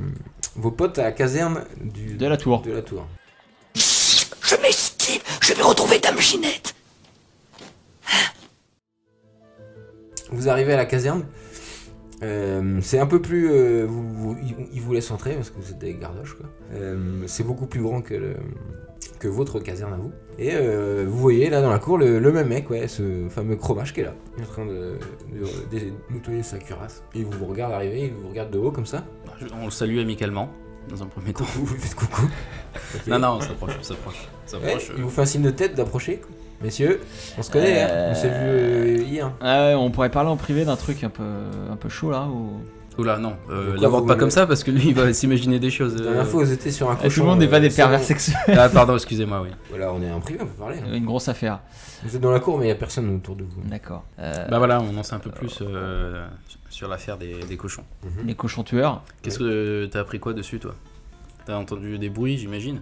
Speaker 1: vos potes à la caserne du,
Speaker 3: De la tour.
Speaker 1: de la tour.
Speaker 8: Je m'esquive, je vais retrouver Dame Ginette.
Speaker 1: Hein Vous arrivez à la caserne. Euh, c'est un peu plus. euh, vous- vous- ils ils vous laissent entrer parce que vous êtes des gardoches. quoi. Euh, c'est beaucoup plus grand que, le- que votre caserne à vous. Et euh, vous voyez là dans la cour le, le même mec, ouais, ce fameux chromache qui est là, en train de, de- de nettoyer sa curasse. Et il vous regarde arriver, il vous regarde de haut comme ça.
Speaker 2: Bah, Je- On le salue amicalement, dans un premier temps.
Speaker 1: Vous lui faites coucou. Ok.
Speaker 2: Non, non, on s'approche, on s'approche. on
Speaker 1: Ouais,
Speaker 2: s'approche,
Speaker 1: Eh, il
Speaker 2: euh.
Speaker 1: vous fait un signe de tête d'approcher. Messieurs, on se connaît, hein, on s'est vu euh, hier.
Speaker 3: Ah ouais, on pourrait parler en privé d'un truc un peu, un peu chaud là ou...
Speaker 2: Oula, non, euh,
Speaker 1: De quoi
Speaker 2: l'aborde
Speaker 1: vous
Speaker 2: pas
Speaker 1: voulez
Speaker 2: comme ça parce que lui, il va s'imaginer des choses.
Speaker 1: La dernière
Speaker 2: euh.
Speaker 1: fois, vous étiez sur un
Speaker 3: Eh,
Speaker 1: cochon.
Speaker 3: Tout le monde n'est pas
Speaker 1: euh,
Speaker 3: des
Speaker 1: c'est
Speaker 3: pervers Euh.
Speaker 1: bon.
Speaker 3: sexuels.
Speaker 2: Ah, pardon, excusez-moi, oui.
Speaker 1: Voilà, on est en privé, on peut parler. hein.
Speaker 3: Une grosse affaire.
Speaker 1: Vous êtes dans la cour, mais il n'y a personne autour de vous.
Speaker 3: D'accord. Euh,
Speaker 2: Bah voilà, on en sait un peu plus euh, sur l'affaire des, des cochons.
Speaker 1: Mhm.
Speaker 3: les cochons tueurs.
Speaker 2: Qu'est-ce que t'as appris quoi dessus, toi T'as entendu des bruits, j'imagine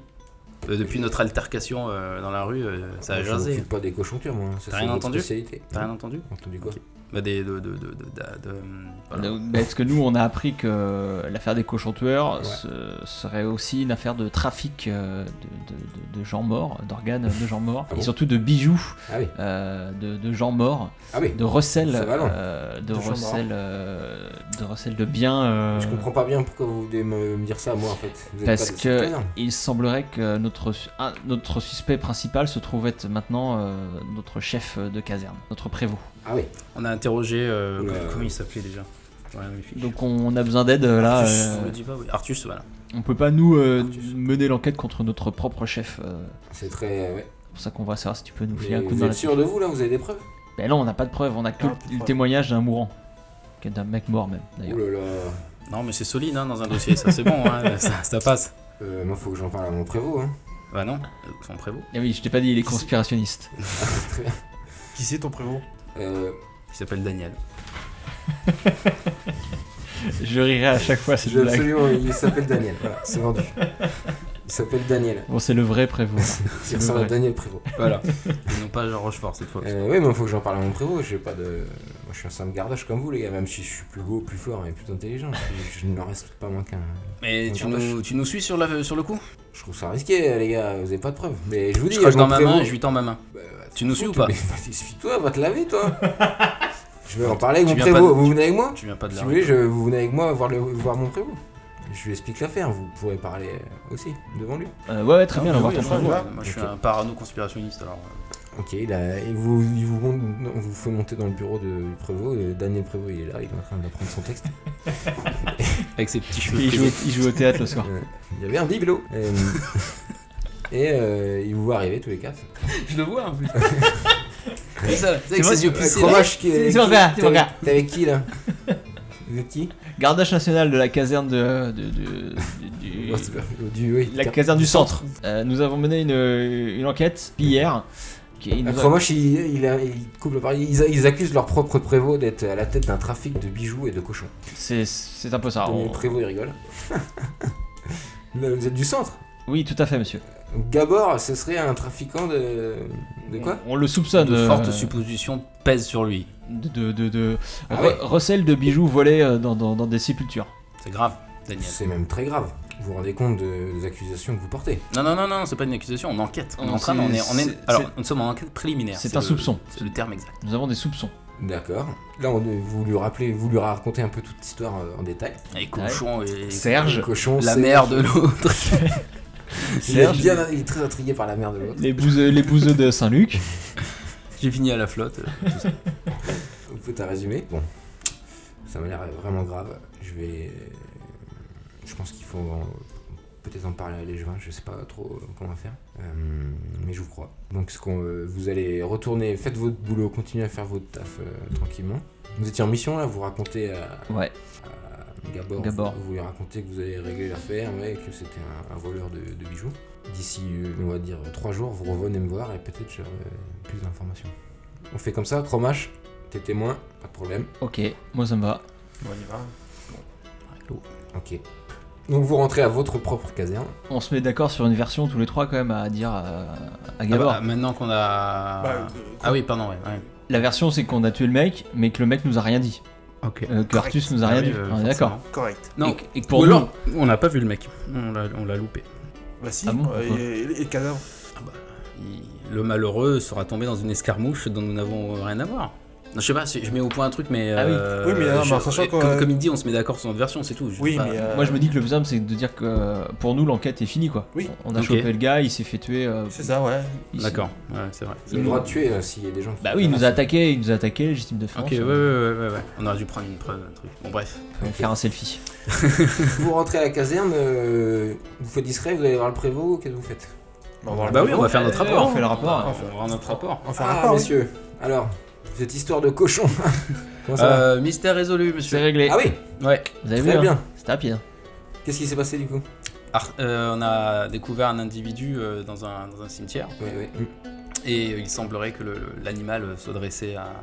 Speaker 2: Euh, Depuis notre altercation euh, dans la rue, euh, ça a
Speaker 1: Moi, je
Speaker 2: jasé.
Speaker 1: m'occupe pas des cochons-tures, moi. hein. Ça,
Speaker 2: T'as
Speaker 1: c'est
Speaker 2: rien
Speaker 1: votre
Speaker 2: entendu
Speaker 1: spécialité.
Speaker 2: T'as rien entendu
Speaker 1: T'as entendu quoi
Speaker 2: Ok. Bah des... de... de... de... de... de- de- voilà.
Speaker 3: Donc, bah, parce que nous, on a appris que l'affaire des cochons tueurs
Speaker 1: Ouais.
Speaker 3: ce serait aussi une affaire de trafic euh, de, de- de- de gens morts, d'organes de gens morts,
Speaker 1: Ah
Speaker 3: et
Speaker 1: bon
Speaker 3: surtout de bijoux
Speaker 1: Ah oui,
Speaker 3: euh, de, de gens morts,
Speaker 1: ah oui.
Speaker 3: de recel,
Speaker 1: Ça va loin.
Speaker 3: euh,
Speaker 1: De
Speaker 3: de,
Speaker 1: gens
Speaker 3: recel, euh, de recel de biens. euh,
Speaker 1: Je comprends pas bien pourquoi vous voulez me, me dire ça, moi, en fait. Vous êtes
Speaker 3: Parce
Speaker 1: pas des
Speaker 3: que
Speaker 1: citoyens.
Speaker 3: il semblerait que notre, su- un- notre suspect principal se trouve être maintenant euh, notre chef de caserne, notre prévôt.
Speaker 1: Ah oui.
Speaker 2: On a interrogé... euh,
Speaker 1: Oula.
Speaker 2: Comment il s'appelait déjà Ouais, mes filles.
Speaker 3: Donc on a besoin d'aide euh, là.
Speaker 2: Artus,
Speaker 3: euh,
Speaker 2: on le dit pas, oui. Artus, voilà.
Speaker 3: on peut pas nous euh,
Speaker 1: Artus.
Speaker 3: mener l'enquête contre notre propre chef. euh,
Speaker 1: C'est très. Ouais.
Speaker 3: C'est pour ça qu'on va savoir si tu peux nous
Speaker 1: Mais
Speaker 3: filer un coup de
Speaker 1: Vous
Speaker 3: main.
Speaker 1: êtes sûr de vous, là Vous avez des preuves
Speaker 3: Ben non, on n'a pas de preuves, on a que
Speaker 4: Ah,
Speaker 3: le-
Speaker 4: pas de
Speaker 3: le
Speaker 4: preuves.
Speaker 3: témoignage d'un mourant, Que d'un mec mort même
Speaker 1: Oh
Speaker 3: d'ailleurs.
Speaker 1: là là.
Speaker 2: Non, mais c'est solide hein, dans un dossier, ça c'est bon, hein, ça, ça passe.
Speaker 1: Euh, moi, faut que j'en parle à mon prévôt, hein.
Speaker 2: Bah non, euh, son prévôt.
Speaker 3: Ah oui, je t'ai pas dit, il est conspirationniste.
Speaker 4: Qui c'est ton prévôt
Speaker 1: Euh,
Speaker 2: Il s'appelle Daniel.
Speaker 3: je rirai à chaque fois cette
Speaker 1: je-
Speaker 3: blague.
Speaker 1: absolument, il s'appelle Daniel. Voilà, c'est vendu. Il s'appelle Daniel.
Speaker 3: Bon, c'est le vrai prévôt.
Speaker 1: Il
Speaker 3: le
Speaker 1: ressemble à
Speaker 3: vrai.
Speaker 1: Daniel Prévost.
Speaker 2: Voilà. Et non pas Jean Rochefort cette fois.
Speaker 1: Euh, oui, mais faut que j'en parle à mon prévôt. J'ai pas de. Moi, je suis un simple gardoche comme vous, les gars. Même si je suis plus beau, plus fort et plus intelligent, je, je ne leur reste pas moins qu'un.
Speaker 2: Mais
Speaker 1: on
Speaker 2: tu
Speaker 1: t'empêche.
Speaker 2: nous, tu nous suis sur, la, sur le coup
Speaker 1: Je trouve ça risqué, euh, les gars. Vous avez pas de preuves. Mais je vous dis,
Speaker 2: Je croche
Speaker 1: mon
Speaker 2: dans ma main
Speaker 1: prévôt-
Speaker 2: et je lui tends ma main.
Speaker 1: Bah, bah,
Speaker 2: Tu nous suis ou
Speaker 1: toi,
Speaker 2: pas
Speaker 1: mais vas-y, Suis-toi, va te laver, toi. je vais en parler avec
Speaker 2: Tu
Speaker 1: mon
Speaker 2: viens pas
Speaker 1: prévôt.
Speaker 2: de-
Speaker 1: Vous venez avec moi
Speaker 2: Tu viens pas de
Speaker 1: Si
Speaker 2: la
Speaker 1: vous
Speaker 2: rue.
Speaker 1: voulez, je... vous venez avec moi voir, le... voir mon prévôt. Je lui explique l'affaire. Vous pourrez parler euh, aussi devant lui.
Speaker 3: Euh, ouais, ouais, très
Speaker 2: Ah,
Speaker 3: bien, on
Speaker 4: mais
Speaker 3: va voir
Speaker 4: oui,
Speaker 3: ton
Speaker 4: on va
Speaker 3: prévôt.
Speaker 4: voir.
Speaker 2: Moi je suis
Speaker 1: Ok.
Speaker 2: un parano-conspirationniste alors. euh,
Speaker 1: Ok, il, a- il vous, il vous, monte- on vous fait monter dans le bureau de du prévôt. et Daniel Prévost, il est là, il est en train d'apprendre son texte.
Speaker 2: Avec ses petits cheveux.
Speaker 3: Il joue,
Speaker 2: frisés.
Speaker 3: il joue au théâtre le soir.
Speaker 1: Euh, Il y avait un bibelot. Euh, et euh, il vous voit arriver tous les quatre.
Speaker 2: Je le vois en plus. C'est ça, c'est avec
Speaker 3: moi,
Speaker 2: ses yeux
Speaker 1: Euh,
Speaker 2: plissés. là.
Speaker 1: Cromache qui est.
Speaker 3: C'est hein. mon gars, c'est mon gars.
Speaker 1: T'es avec qui là Vous êtes qui
Speaker 3: Gardage national de la caserne de. de- de- du-
Speaker 1: Oh, c'est pas- du- oui,
Speaker 3: la
Speaker 1: car-
Speaker 3: caserne du centre. Euh, nous avons mené une, une enquête hier. Qui, il
Speaker 1: Ah,
Speaker 3: nous a-
Speaker 1: Cromache, il, il a- il coupe le pari. Ils, ils accusent leur propre prévôt d'être à la tête d'un trafic de bijoux et de cochons.
Speaker 3: C'est c'est un peu ça.
Speaker 1: Daniel
Speaker 3: On-
Speaker 1: prévôt, il rigole. Là, vous êtes du centre
Speaker 3: Oui, tout à fait, monsieur.
Speaker 1: Gabor, ce serait un trafiquant de. De
Speaker 2: Hein
Speaker 1: quoi
Speaker 3: on, on le soupçonne.
Speaker 2: De
Speaker 3: euh,
Speaker 2: fortes suppositions pèsent sur lui.
Speaker 3: de, de, de, de-
Speaker 1: Ah
Speaker 3: re-
Speaker 1: ouais.
Speaker 3: recel de bijoux volés euh, dans, dans- dans des sépultures.
Speaker 2: C'est grave, Daniel.
Speaker 1: C'est même très grave. Vous vous rendez compte de- des accusations que vous portez
Speaker 2: Non, non, non, non, c'est pas une accusation, on enquête. On est en train,
Speaker 3: C'est-
Speaker 2: on est, on est,
Speaker 3: c'est-
Speaker 2: alors,
Speaker 3: c'est-
Speaker 2: nous sommes en enquête préliminaire.
Speaker 3: C'est un
Speaker 2: le-
Speaker 3: soupçon.
Speaker 2: C'est le terme exact.
Speaker 3: Nous avons des soupçons.
Speaker 1: D'accord. Là, on, vous lui rappelez, vous lui racontez un peu toute l'histoire euh, en détail.
Speaker 2: Les cochons et
Speaker 3: Serge,
Speaker 1: Le cochon,
Speaker 2: la
Speaker 1: c'est-
Speaker 2: mère de l'autre.
Speaker 1: Il est,
Speaker 3: Serge,
Speaker 1: bien, il est très intrigué par la mère de l'autre.
Speaker 3: les bouseux, les bouseux de Saint-Luc.
Speaker 2: J'ai fini à la flotte. euh, tout ça.
Speaker 1: Vous faites un résumé Bon, ça m'a l'air vraiment grave. Je vais. Je pense qu'il faut en- peut-être en parler à l'échevin, je sais pas trop comment faire. Euh, mais je vous crois. Donc, ce qu'on, euh, vous allez retourner, faites votre boulot, continuez à faire votre taf euh, tranquillement. Vous étiez en mission là, vous racontez à,
Speaker 3: Ouais.
Speaker 1: à Gabor,
Speaker 3: Gabor.
Speaker 1: Vous, vous lui racontez que vous allez régler l'affaire, ouais, que c'était un, un voleur de, de bijoux. D'ici, euh, on va dire, euh, trois jours, vous revenez me voir et peut-être j'aurai euh, plus d'informations. On fait comme ça, Cromache T'es témoin, pas de problème.
Speaker 3: Ok, moi ça me va.
Speaker 4: On y va.
Speaker 1: Ok. Donc vous rentrez à votre propre caserne.
Speaker 3: On se met d'accord sur une version tous les trois quand même à dire à, à
Speaker 2: Ah
Speaker 3: Gabor.
Speaker 2: bah, maintenant qu'on a.
Speaker 4: Bah, euh,
Speaker 2: ah oui, pardon, ouais. ouais.
Speaker 3: La version c'est qu'on a tué le mec, mais que le mec nous a rien dit.
Speaker 2: Ok.
Speaker 3: Euh, que
Speaker 4: Correct.
Speaker 3: Artus nous a rien
Speaker 2: Ah oui,
Speaker 3: dit.
Speaker 2: euh,
Speaker 3: on est d'accord.
Speaker 4: Correct.
Speaker 2: Non.
Speaker 3: Et que- Et, que
Speaker 2: Ou
Speaker 3: pour nous,
Speaker 2: alors, on n'a pas vu le mec. On l'a on l'a loupé.
Speaker 4: Bah si,
Speaker 3: Ah bon,
Speaker 4: euh,
Speaker 3: pourquoi
Speaker 4: et, et- et le cadavre.
Speaker 2: Il- Le malheureux sera tombé dans une escarmouche dont nous n'avons rien à voir. Non, je sais pas, c'est- je mets au point un truc, mais.
Speaker 3: Ah oui.
Speaker 2: euh,
Speaker 4: Oui, mais non,
Speaker 2: je-
Speaker 4: mais en sachant
Speaker 2: comme,
Speaker 4: que-
Speaker 2: comme il dit, on se met d'accord sur notre version, c'est tout. Je
Speaker 4: Oui,
Speaker 2: sais pas.
Speaker 4: mais. euh,
Speaker 3: moi je me dis que le plus simple c'est de dire que euh, pour nous l'enquête est finie quoi.
Speaker 4: Oui.
Speaker 3: On a
Speaker 2: Ok.
Speaker 3: chopé le gars, il s'est fait tuer. euh,
Speaker 4: C'est ça, ouais.
Speaker 3: il s'est-
Speaker 2: D'accord, ouais, c'est vrai.
Speaker 1: Vous avez le droit de tuer euh, s'il y a des gens. qui-
Speaker 3: Bah oui, il nous a attaqué, il nous a attaqué, légitime défense.
Speaker 1: hein.
Speaker 2: Ok, ouais, ouais, ouais, ouais, ouais. On aurait dû prendre une preuve, un truc. Bon, bref.
Speaker 3: On va Faire un selfie.
Speaker 1: Vous rentrez à la caserne, euh, vous faites discret, vous allez voir le prévôt, qu'est-ce que vous faites
Speaker 4: Bah, on va
Speaker 2: Bah oui, on va faire notre
Speaker 3: Euh,
Speaker 2: rapport.
Speaker 3: on fait le rapport.
Speaker 2: On va voir notre rapport. hein.
Speaker 4: Enfin,
Speaker 1: Ah,
Speaker 4: ah, oui.
Speaker 1: messieurs, alors, cette histoire de cochon. Comment ça va
Speaker 2: Euh, mystère résolu,
Speaker 3: C'est
Speaker 2: monsieur.
Speaker 3: réglé.
Speaker 1: Ah oui,
Speaker 2: Ouais.
Speaker 3: Vous avez
Speaker 1: très
Speaker 3: vu hein
Speaker 1: bien.
Speaker 3: C'était rapide.
Speaker 1: Qu'est-ce qui s'est passé du coup
Speaker 2: Ar- euh, on a découvert un individu euh, dans, un, dans un cimetière
Speaker 1: Oui, oui.
Speaker 2: et euh, il semblerait que le- le- l'animal euh, se dressait à,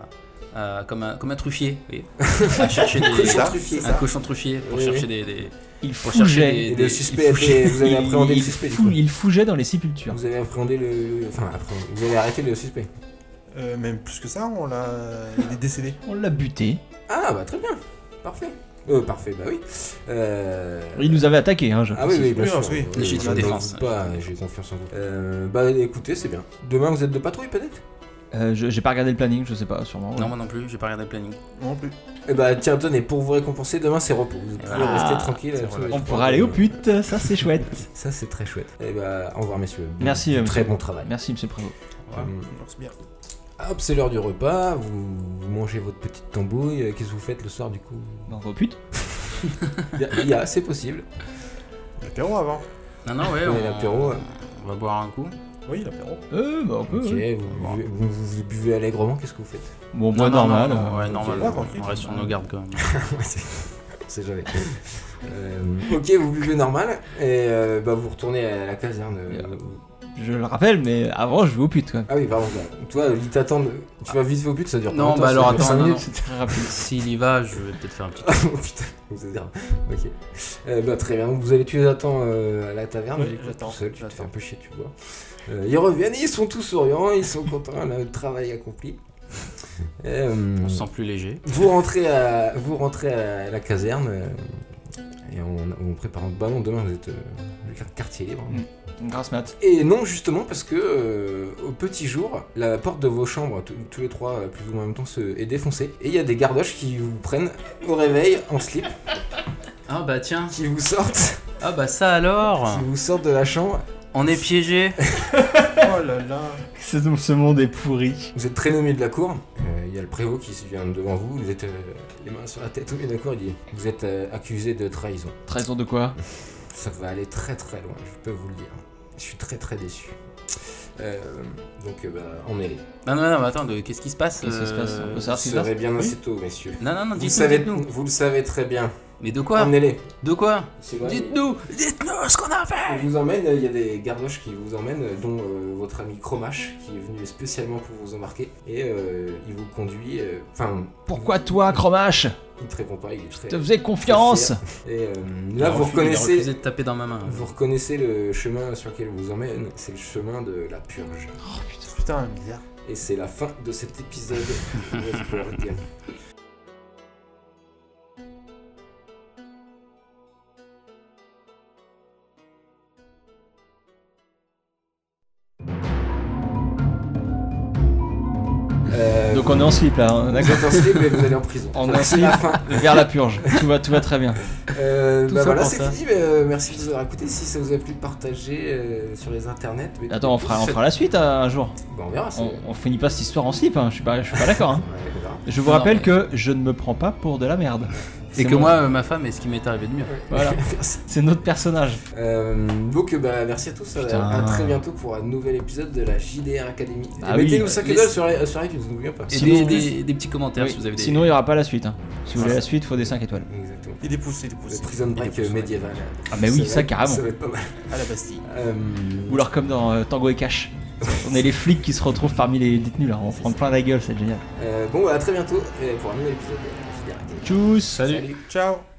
Speaker 2: à- comme, un, comme un truffier, vous voyez, à chercher des,
Speaker 1: Cochon
Speaker 4: ça,
Speaker 1: truffier.
Speaker 2: un cochon truffier pour
Speaker 1: Oui,
Speaker 2: chercher
Speaker 1: oui.
Speaker 2: des, des-
Speaker 3: Il
Speaker 2: pour chercher
Speaker 3: fougeait.
Speaker 2: des,
Speaker 1: Et
Speaker 2: des-
Speaker 1: le suspect, était- vous avez
Speaker 3: Il-
Speaker 1: appréhendé
Speaker 3: il
Speaker 1: le suspect du
Speaker 3: fou-
Speaker 1: coup.
Speaker 3: Il fougeait dans les sépultures.
Speaker 1: Vous avez appréhendé le. Enfin, appréhendé. Vous avez arrêté le suspect.
Speaker 4: Euh, même plus que ça, on l'a. Il est décédé.
Speaker 3: On l'a buté.
Speaker 1: Ah bah très bien, parfait. Euh, parfait, bah oui. Euh,
Speaker 3: Il nous avait attaqué, hein, je
Speaker 1: Ah oui, oui, bien
Speaker 4: Oui,
Speaker 1: sûr.
Speaker 4: oui, oui.
Speaker 1: Euh,
Speaker 2: Légitime
Speaker 1: on en doute
Speaker 2: défense.
Speaker 1: pas, euh, J'ai confiance en vous. Euh, bah écoutez, c'est bien. Demain, vous êtes de patrouille peut-être
Speaker 3: Euh, je- J'ai pas regardé le planning, je sais pas, sûrement. ouais.
Speaker 2: Non, moi non plus, j'ai pas regardé le planning.
Speaker 4: Moi Non plus.
Speaker 1: Eh bah tiens, tenez, pour vous récompenser, demain c'est repos. Vous pouvez
Speaker 2: Ah,
Speaker 1: rester tranquille.
Speaker 2: c'est
Speaker 1: absolument.
Speaker 2: vrai.
Speaker 3: On pourra aller aux putes, ça c'est chouette.
Speaker 1: Ça, c'est très chouette. Eh bah, au revoir, messieurs.
Speaker 3: Merci, euh,
Speaker 1: Très
Speaker 3: monsieur.
Speaker 1: bon travail.
Speaker 3: Merci, monsieur Prévost. Hmm.
Speaker 1: Euh,
Speaker 4: Non, c'est bien.
Speaker 1: hop, c'est l'heure du repas. Vous, vous mangez votre petite tambouille. Euh, Qu'est-ce que vous faites le soir du coup
Speaker 3: Bon, on va aux putes.
Speaker 1: Il y a- Il y a, c'est possible.
Speaker 4: L'apéro avant.
Speaker 2: Non, non, ouais,
Speaker 1: Ouais,
Speaker 2: on,
Speaker 1: l'apéro, ouais.
Speaker 2: on va boire un coup.
Speaker 4: Oui, l'apéro.
Speaker 3: Euh, bah on peut.
Speaker 1: Ok,
Speaker 3: ouais.
Speaker 1: vous, buvez, vous- vous buvez allègrement. Qu'est-ce que vous faites
Speaker 3: Bon, moi
Speaker 2: Non, non,
Speaker 3: normal.
Speaker 2: non,
Speaker 3: euh,
Speaker 2: ouais, normal.
Speaker 4: ouais, tranquille.
Speaker 2: on reste sur nos gardes quand même.
Speaker 1: Ouais, c'est- on sait jamais. Euh, ok, vous buvez normal et euh, bah, vous retournez à la caserne. euh,
Speaker 3: Yeah. Je le rappelle, mais avant je vais aux putes quand même.
Speaker 1: Ah oui, pardon. bah, Toi, ils t'attendent. Tu vas vite vos putes, ça dure combien
Speaker 2: Non,
Speaker 1: de temps
Speaker 2: bah
Speaker 1: Ça
Speaker 2: alors,
Speaker 1: dure
Speaker 2: attends,
Speaker 1: cinq
Speaker 2: non,
Speaker 1: minutes
Speaker 2: non.
Speaker 3: C'est très rapide.
Speaker 2: S'il y va, je vais peut-être faire un petit.
Speaker 1: oh putain, vous êtes grave. Ok. Euh, bah, très bien, donc vous allez, tu les attends euh, à la taverne,
Speaker 4: Oui,
Speaker 1: du coup,
Speaker 4: j'attends,
Speaker 1: tout seul, tu te
Speaker 4: j'attends.
Speaker 1: fais un peu chier, tu vois. Euh, ils reviennent, ils sont tous souriants, ils sont contents, le travail accompli. Et, euh,
Speaker 3: Mm.
Speaker 2: On se sent plus léger.
Speaker 1: vous, rentrez à, vous rentrez à la caserne euh, et on, on prépare un ballon demain, vous êtes euh, le quart- quartier libre.
Speaker 3: Mm. Grâce mat.
Speaker 1: Et non, justement, parce que euh, au petit jour, la porte de vos chambres, tous- tous les trois, euh, plus ou moins en même temps, se, est défoncée. Et il y a des gardoches qui vous prennent au réveil en slip
Speaker 2: Ah bah tiens,
Speaker 1: qui vous sortent,
Speaker 2: ah bah ça alors
Speaker 1: qui vous sortent de la chambre.
Speaker 2: On est piégé
Speaker 4: Oh là là.
Speaker 3: C'est donc ce monde est pourri.
Speaker 1: Vous êtes très nommé de la cour. Euh, Il y a le prévôt qui se vient devant vous. Vous êtes euh, les mains sur la tête au milieu de la cour. Il dit Vous êtes euh, accusé de trahison.
Speaker 3: Trahison de quoi
Speaker 1: Ça va aller très très loin, je peux vous le dire. Je suis très très déçu. Euh, donc, euh, bah, on est allé.
Speaker 2: Non, non, non, mais attends, de- qu'est-ce qui se passe
Speaker 3: Qu'est-ce qui se passe
Speaker 2: euh,
Speaker 3: On peut
Speaker 1: Vous
Speaker 3: savoir ce qui se passe
Speaker 1: serez bien assez tôt, messieurs.
Speaker 2: Non, non, non,
Speaker 1: Vous le,
Speaker 2: dites-nous,
Speaker 1: savez,
Speaker 2: dites-nous.
Speaker 1: vous le savez très bien.
Speaker 2: Mais de quoi
Speaker 1: Emmenez-les.
Speaker 2: De quoi
Speaker 1: C'est vrai,
Speaker 2: Dites-nous Dites-nous ce qu'on a fait
Speaker 1: On vous emmène, il y a des gardoches qui vous emmènent, euh, dont euh, votre ami Cromache, qui est venu spécialement pour vous embarquer. Et euh, il vous conduit. euh, Enfin,
Speaker 3: Pourquoi toi, Cromache
Speaker 1: il te répond pas, il est très.
Speaker 3: Te faisais confiance
Speaker 1: Et euh, là,
Speaker 2: Il a
Speaker 1: vous
Speaker 2: refusé- il a refusé
Speaker 1: reconnaissez,
Speaker 2: de taper dans ma main.
Speaker 1: vous reconnaissez le chemin sur lequel vous emmène, c'est le chemin de la purge.
Speaker 4: Putain, bizarre.
Speaker 1: Et c'est la fin de cet épisode. Je peux le dire. Euh,
Speaker 3: Donc on est en slip là, hein,
Speaker 1: vous
Speaker 3: d'accord
Speaker 1: êtes en slip et vous allez en prison.
Speaker 3: On est en
Speaker 1: C'est la
Speaker 3: slip.
Speaker 1: fin.
Speaker 3: Vers la purge. Tout va, tout va très bien.
Speaker 1: Euh,
Speaker 3: Tout
Speaker 1: bah
Speaker 3: ça
Speaker 1: voilà,
Speaker 3: pour
Speaker 1: c'est
Speaker 3: ça.
Speaker 1: fini. mais, euh, merci de nous avoir écouté. Si ça vous a plu, partagez euh, sur les internets. Mais-
Speaker 3: Attends, on fera, on fera la suite euh, un jour.
Speaker 1: Bah, on verra. c'est-
Speaker 3: On, on finit pas cette histoire en slip, hein. je suis pas, je suis pas d'accord. hein.
Speaker 1: Ouais, on verra.
Speaker 3: Je vous
Speaker 2: Non,
Speaker 3: rappelle
Speaker 2: mais-
Speaker 3: que je ne me prends pas pour de la merde.
Speaker 2: Et
Speaker 3: C'est
Speaker 2: que
Speaker 3: mon-
Speaker 2: moi, euh, ma femme, est ce qui m'est arrivé de mieux.
Speaker 3: Voilà.
Speaker 1: Merci.
Speaker 3: C'est notre personnage.
Speaker 1: Euh, donc bah, merci à tous,
Speaker 3: Putain.
Speaker 1: à, à très bientôt pour un nouvel épisode de la JDR Academy. Et
Speaker 3: Ah oui,
Speaker 1: Mettez-nous 5
Speaker 2: mais-
Speaker 1: étoiles sur, les- sur iTunes, n'oubliez pas.
Speaker 2: Et
Speaker 3: Sinon,
Speaker 2: des,
Speaker 3: oui.
Speaker 2: des- des petits commentaires
Speaker 3: Oui,
Speaker 2: si vous avez des. Ah.
Speaker 3: Sinon, il n'y aura pas la suite. hein. Si vous voulez la suite, faut des 5 étoiles.
Speaker 1: Exactement.
Speaker 4: Il est poussé, il est poussé.
Speaker 1: Le prison break euh, médiéval.
Speaker 3: Ah, mais oui,
Speaker 1: va
Speaker 3: ça
Speaker 1: être-
Speaker 3: carrément.
Speaker 1: Ça va être pas mal.
Speaker 4: À la Bastille.
Speaker 1: Euh,
Speaker 3: Ou alors comme dans euh, Tango et Cash. On est les flics qui se retrouvent parmi les détenus là, on prend plein la gueule, c'est génial.
Speaker 1: Euh, bon, bah, à très bientôt euh, pour un nouvel épisode. de Sidéralité.
Speaker 3: Tchuss
Speaker 2: Salut.
Speaker 4: Ciao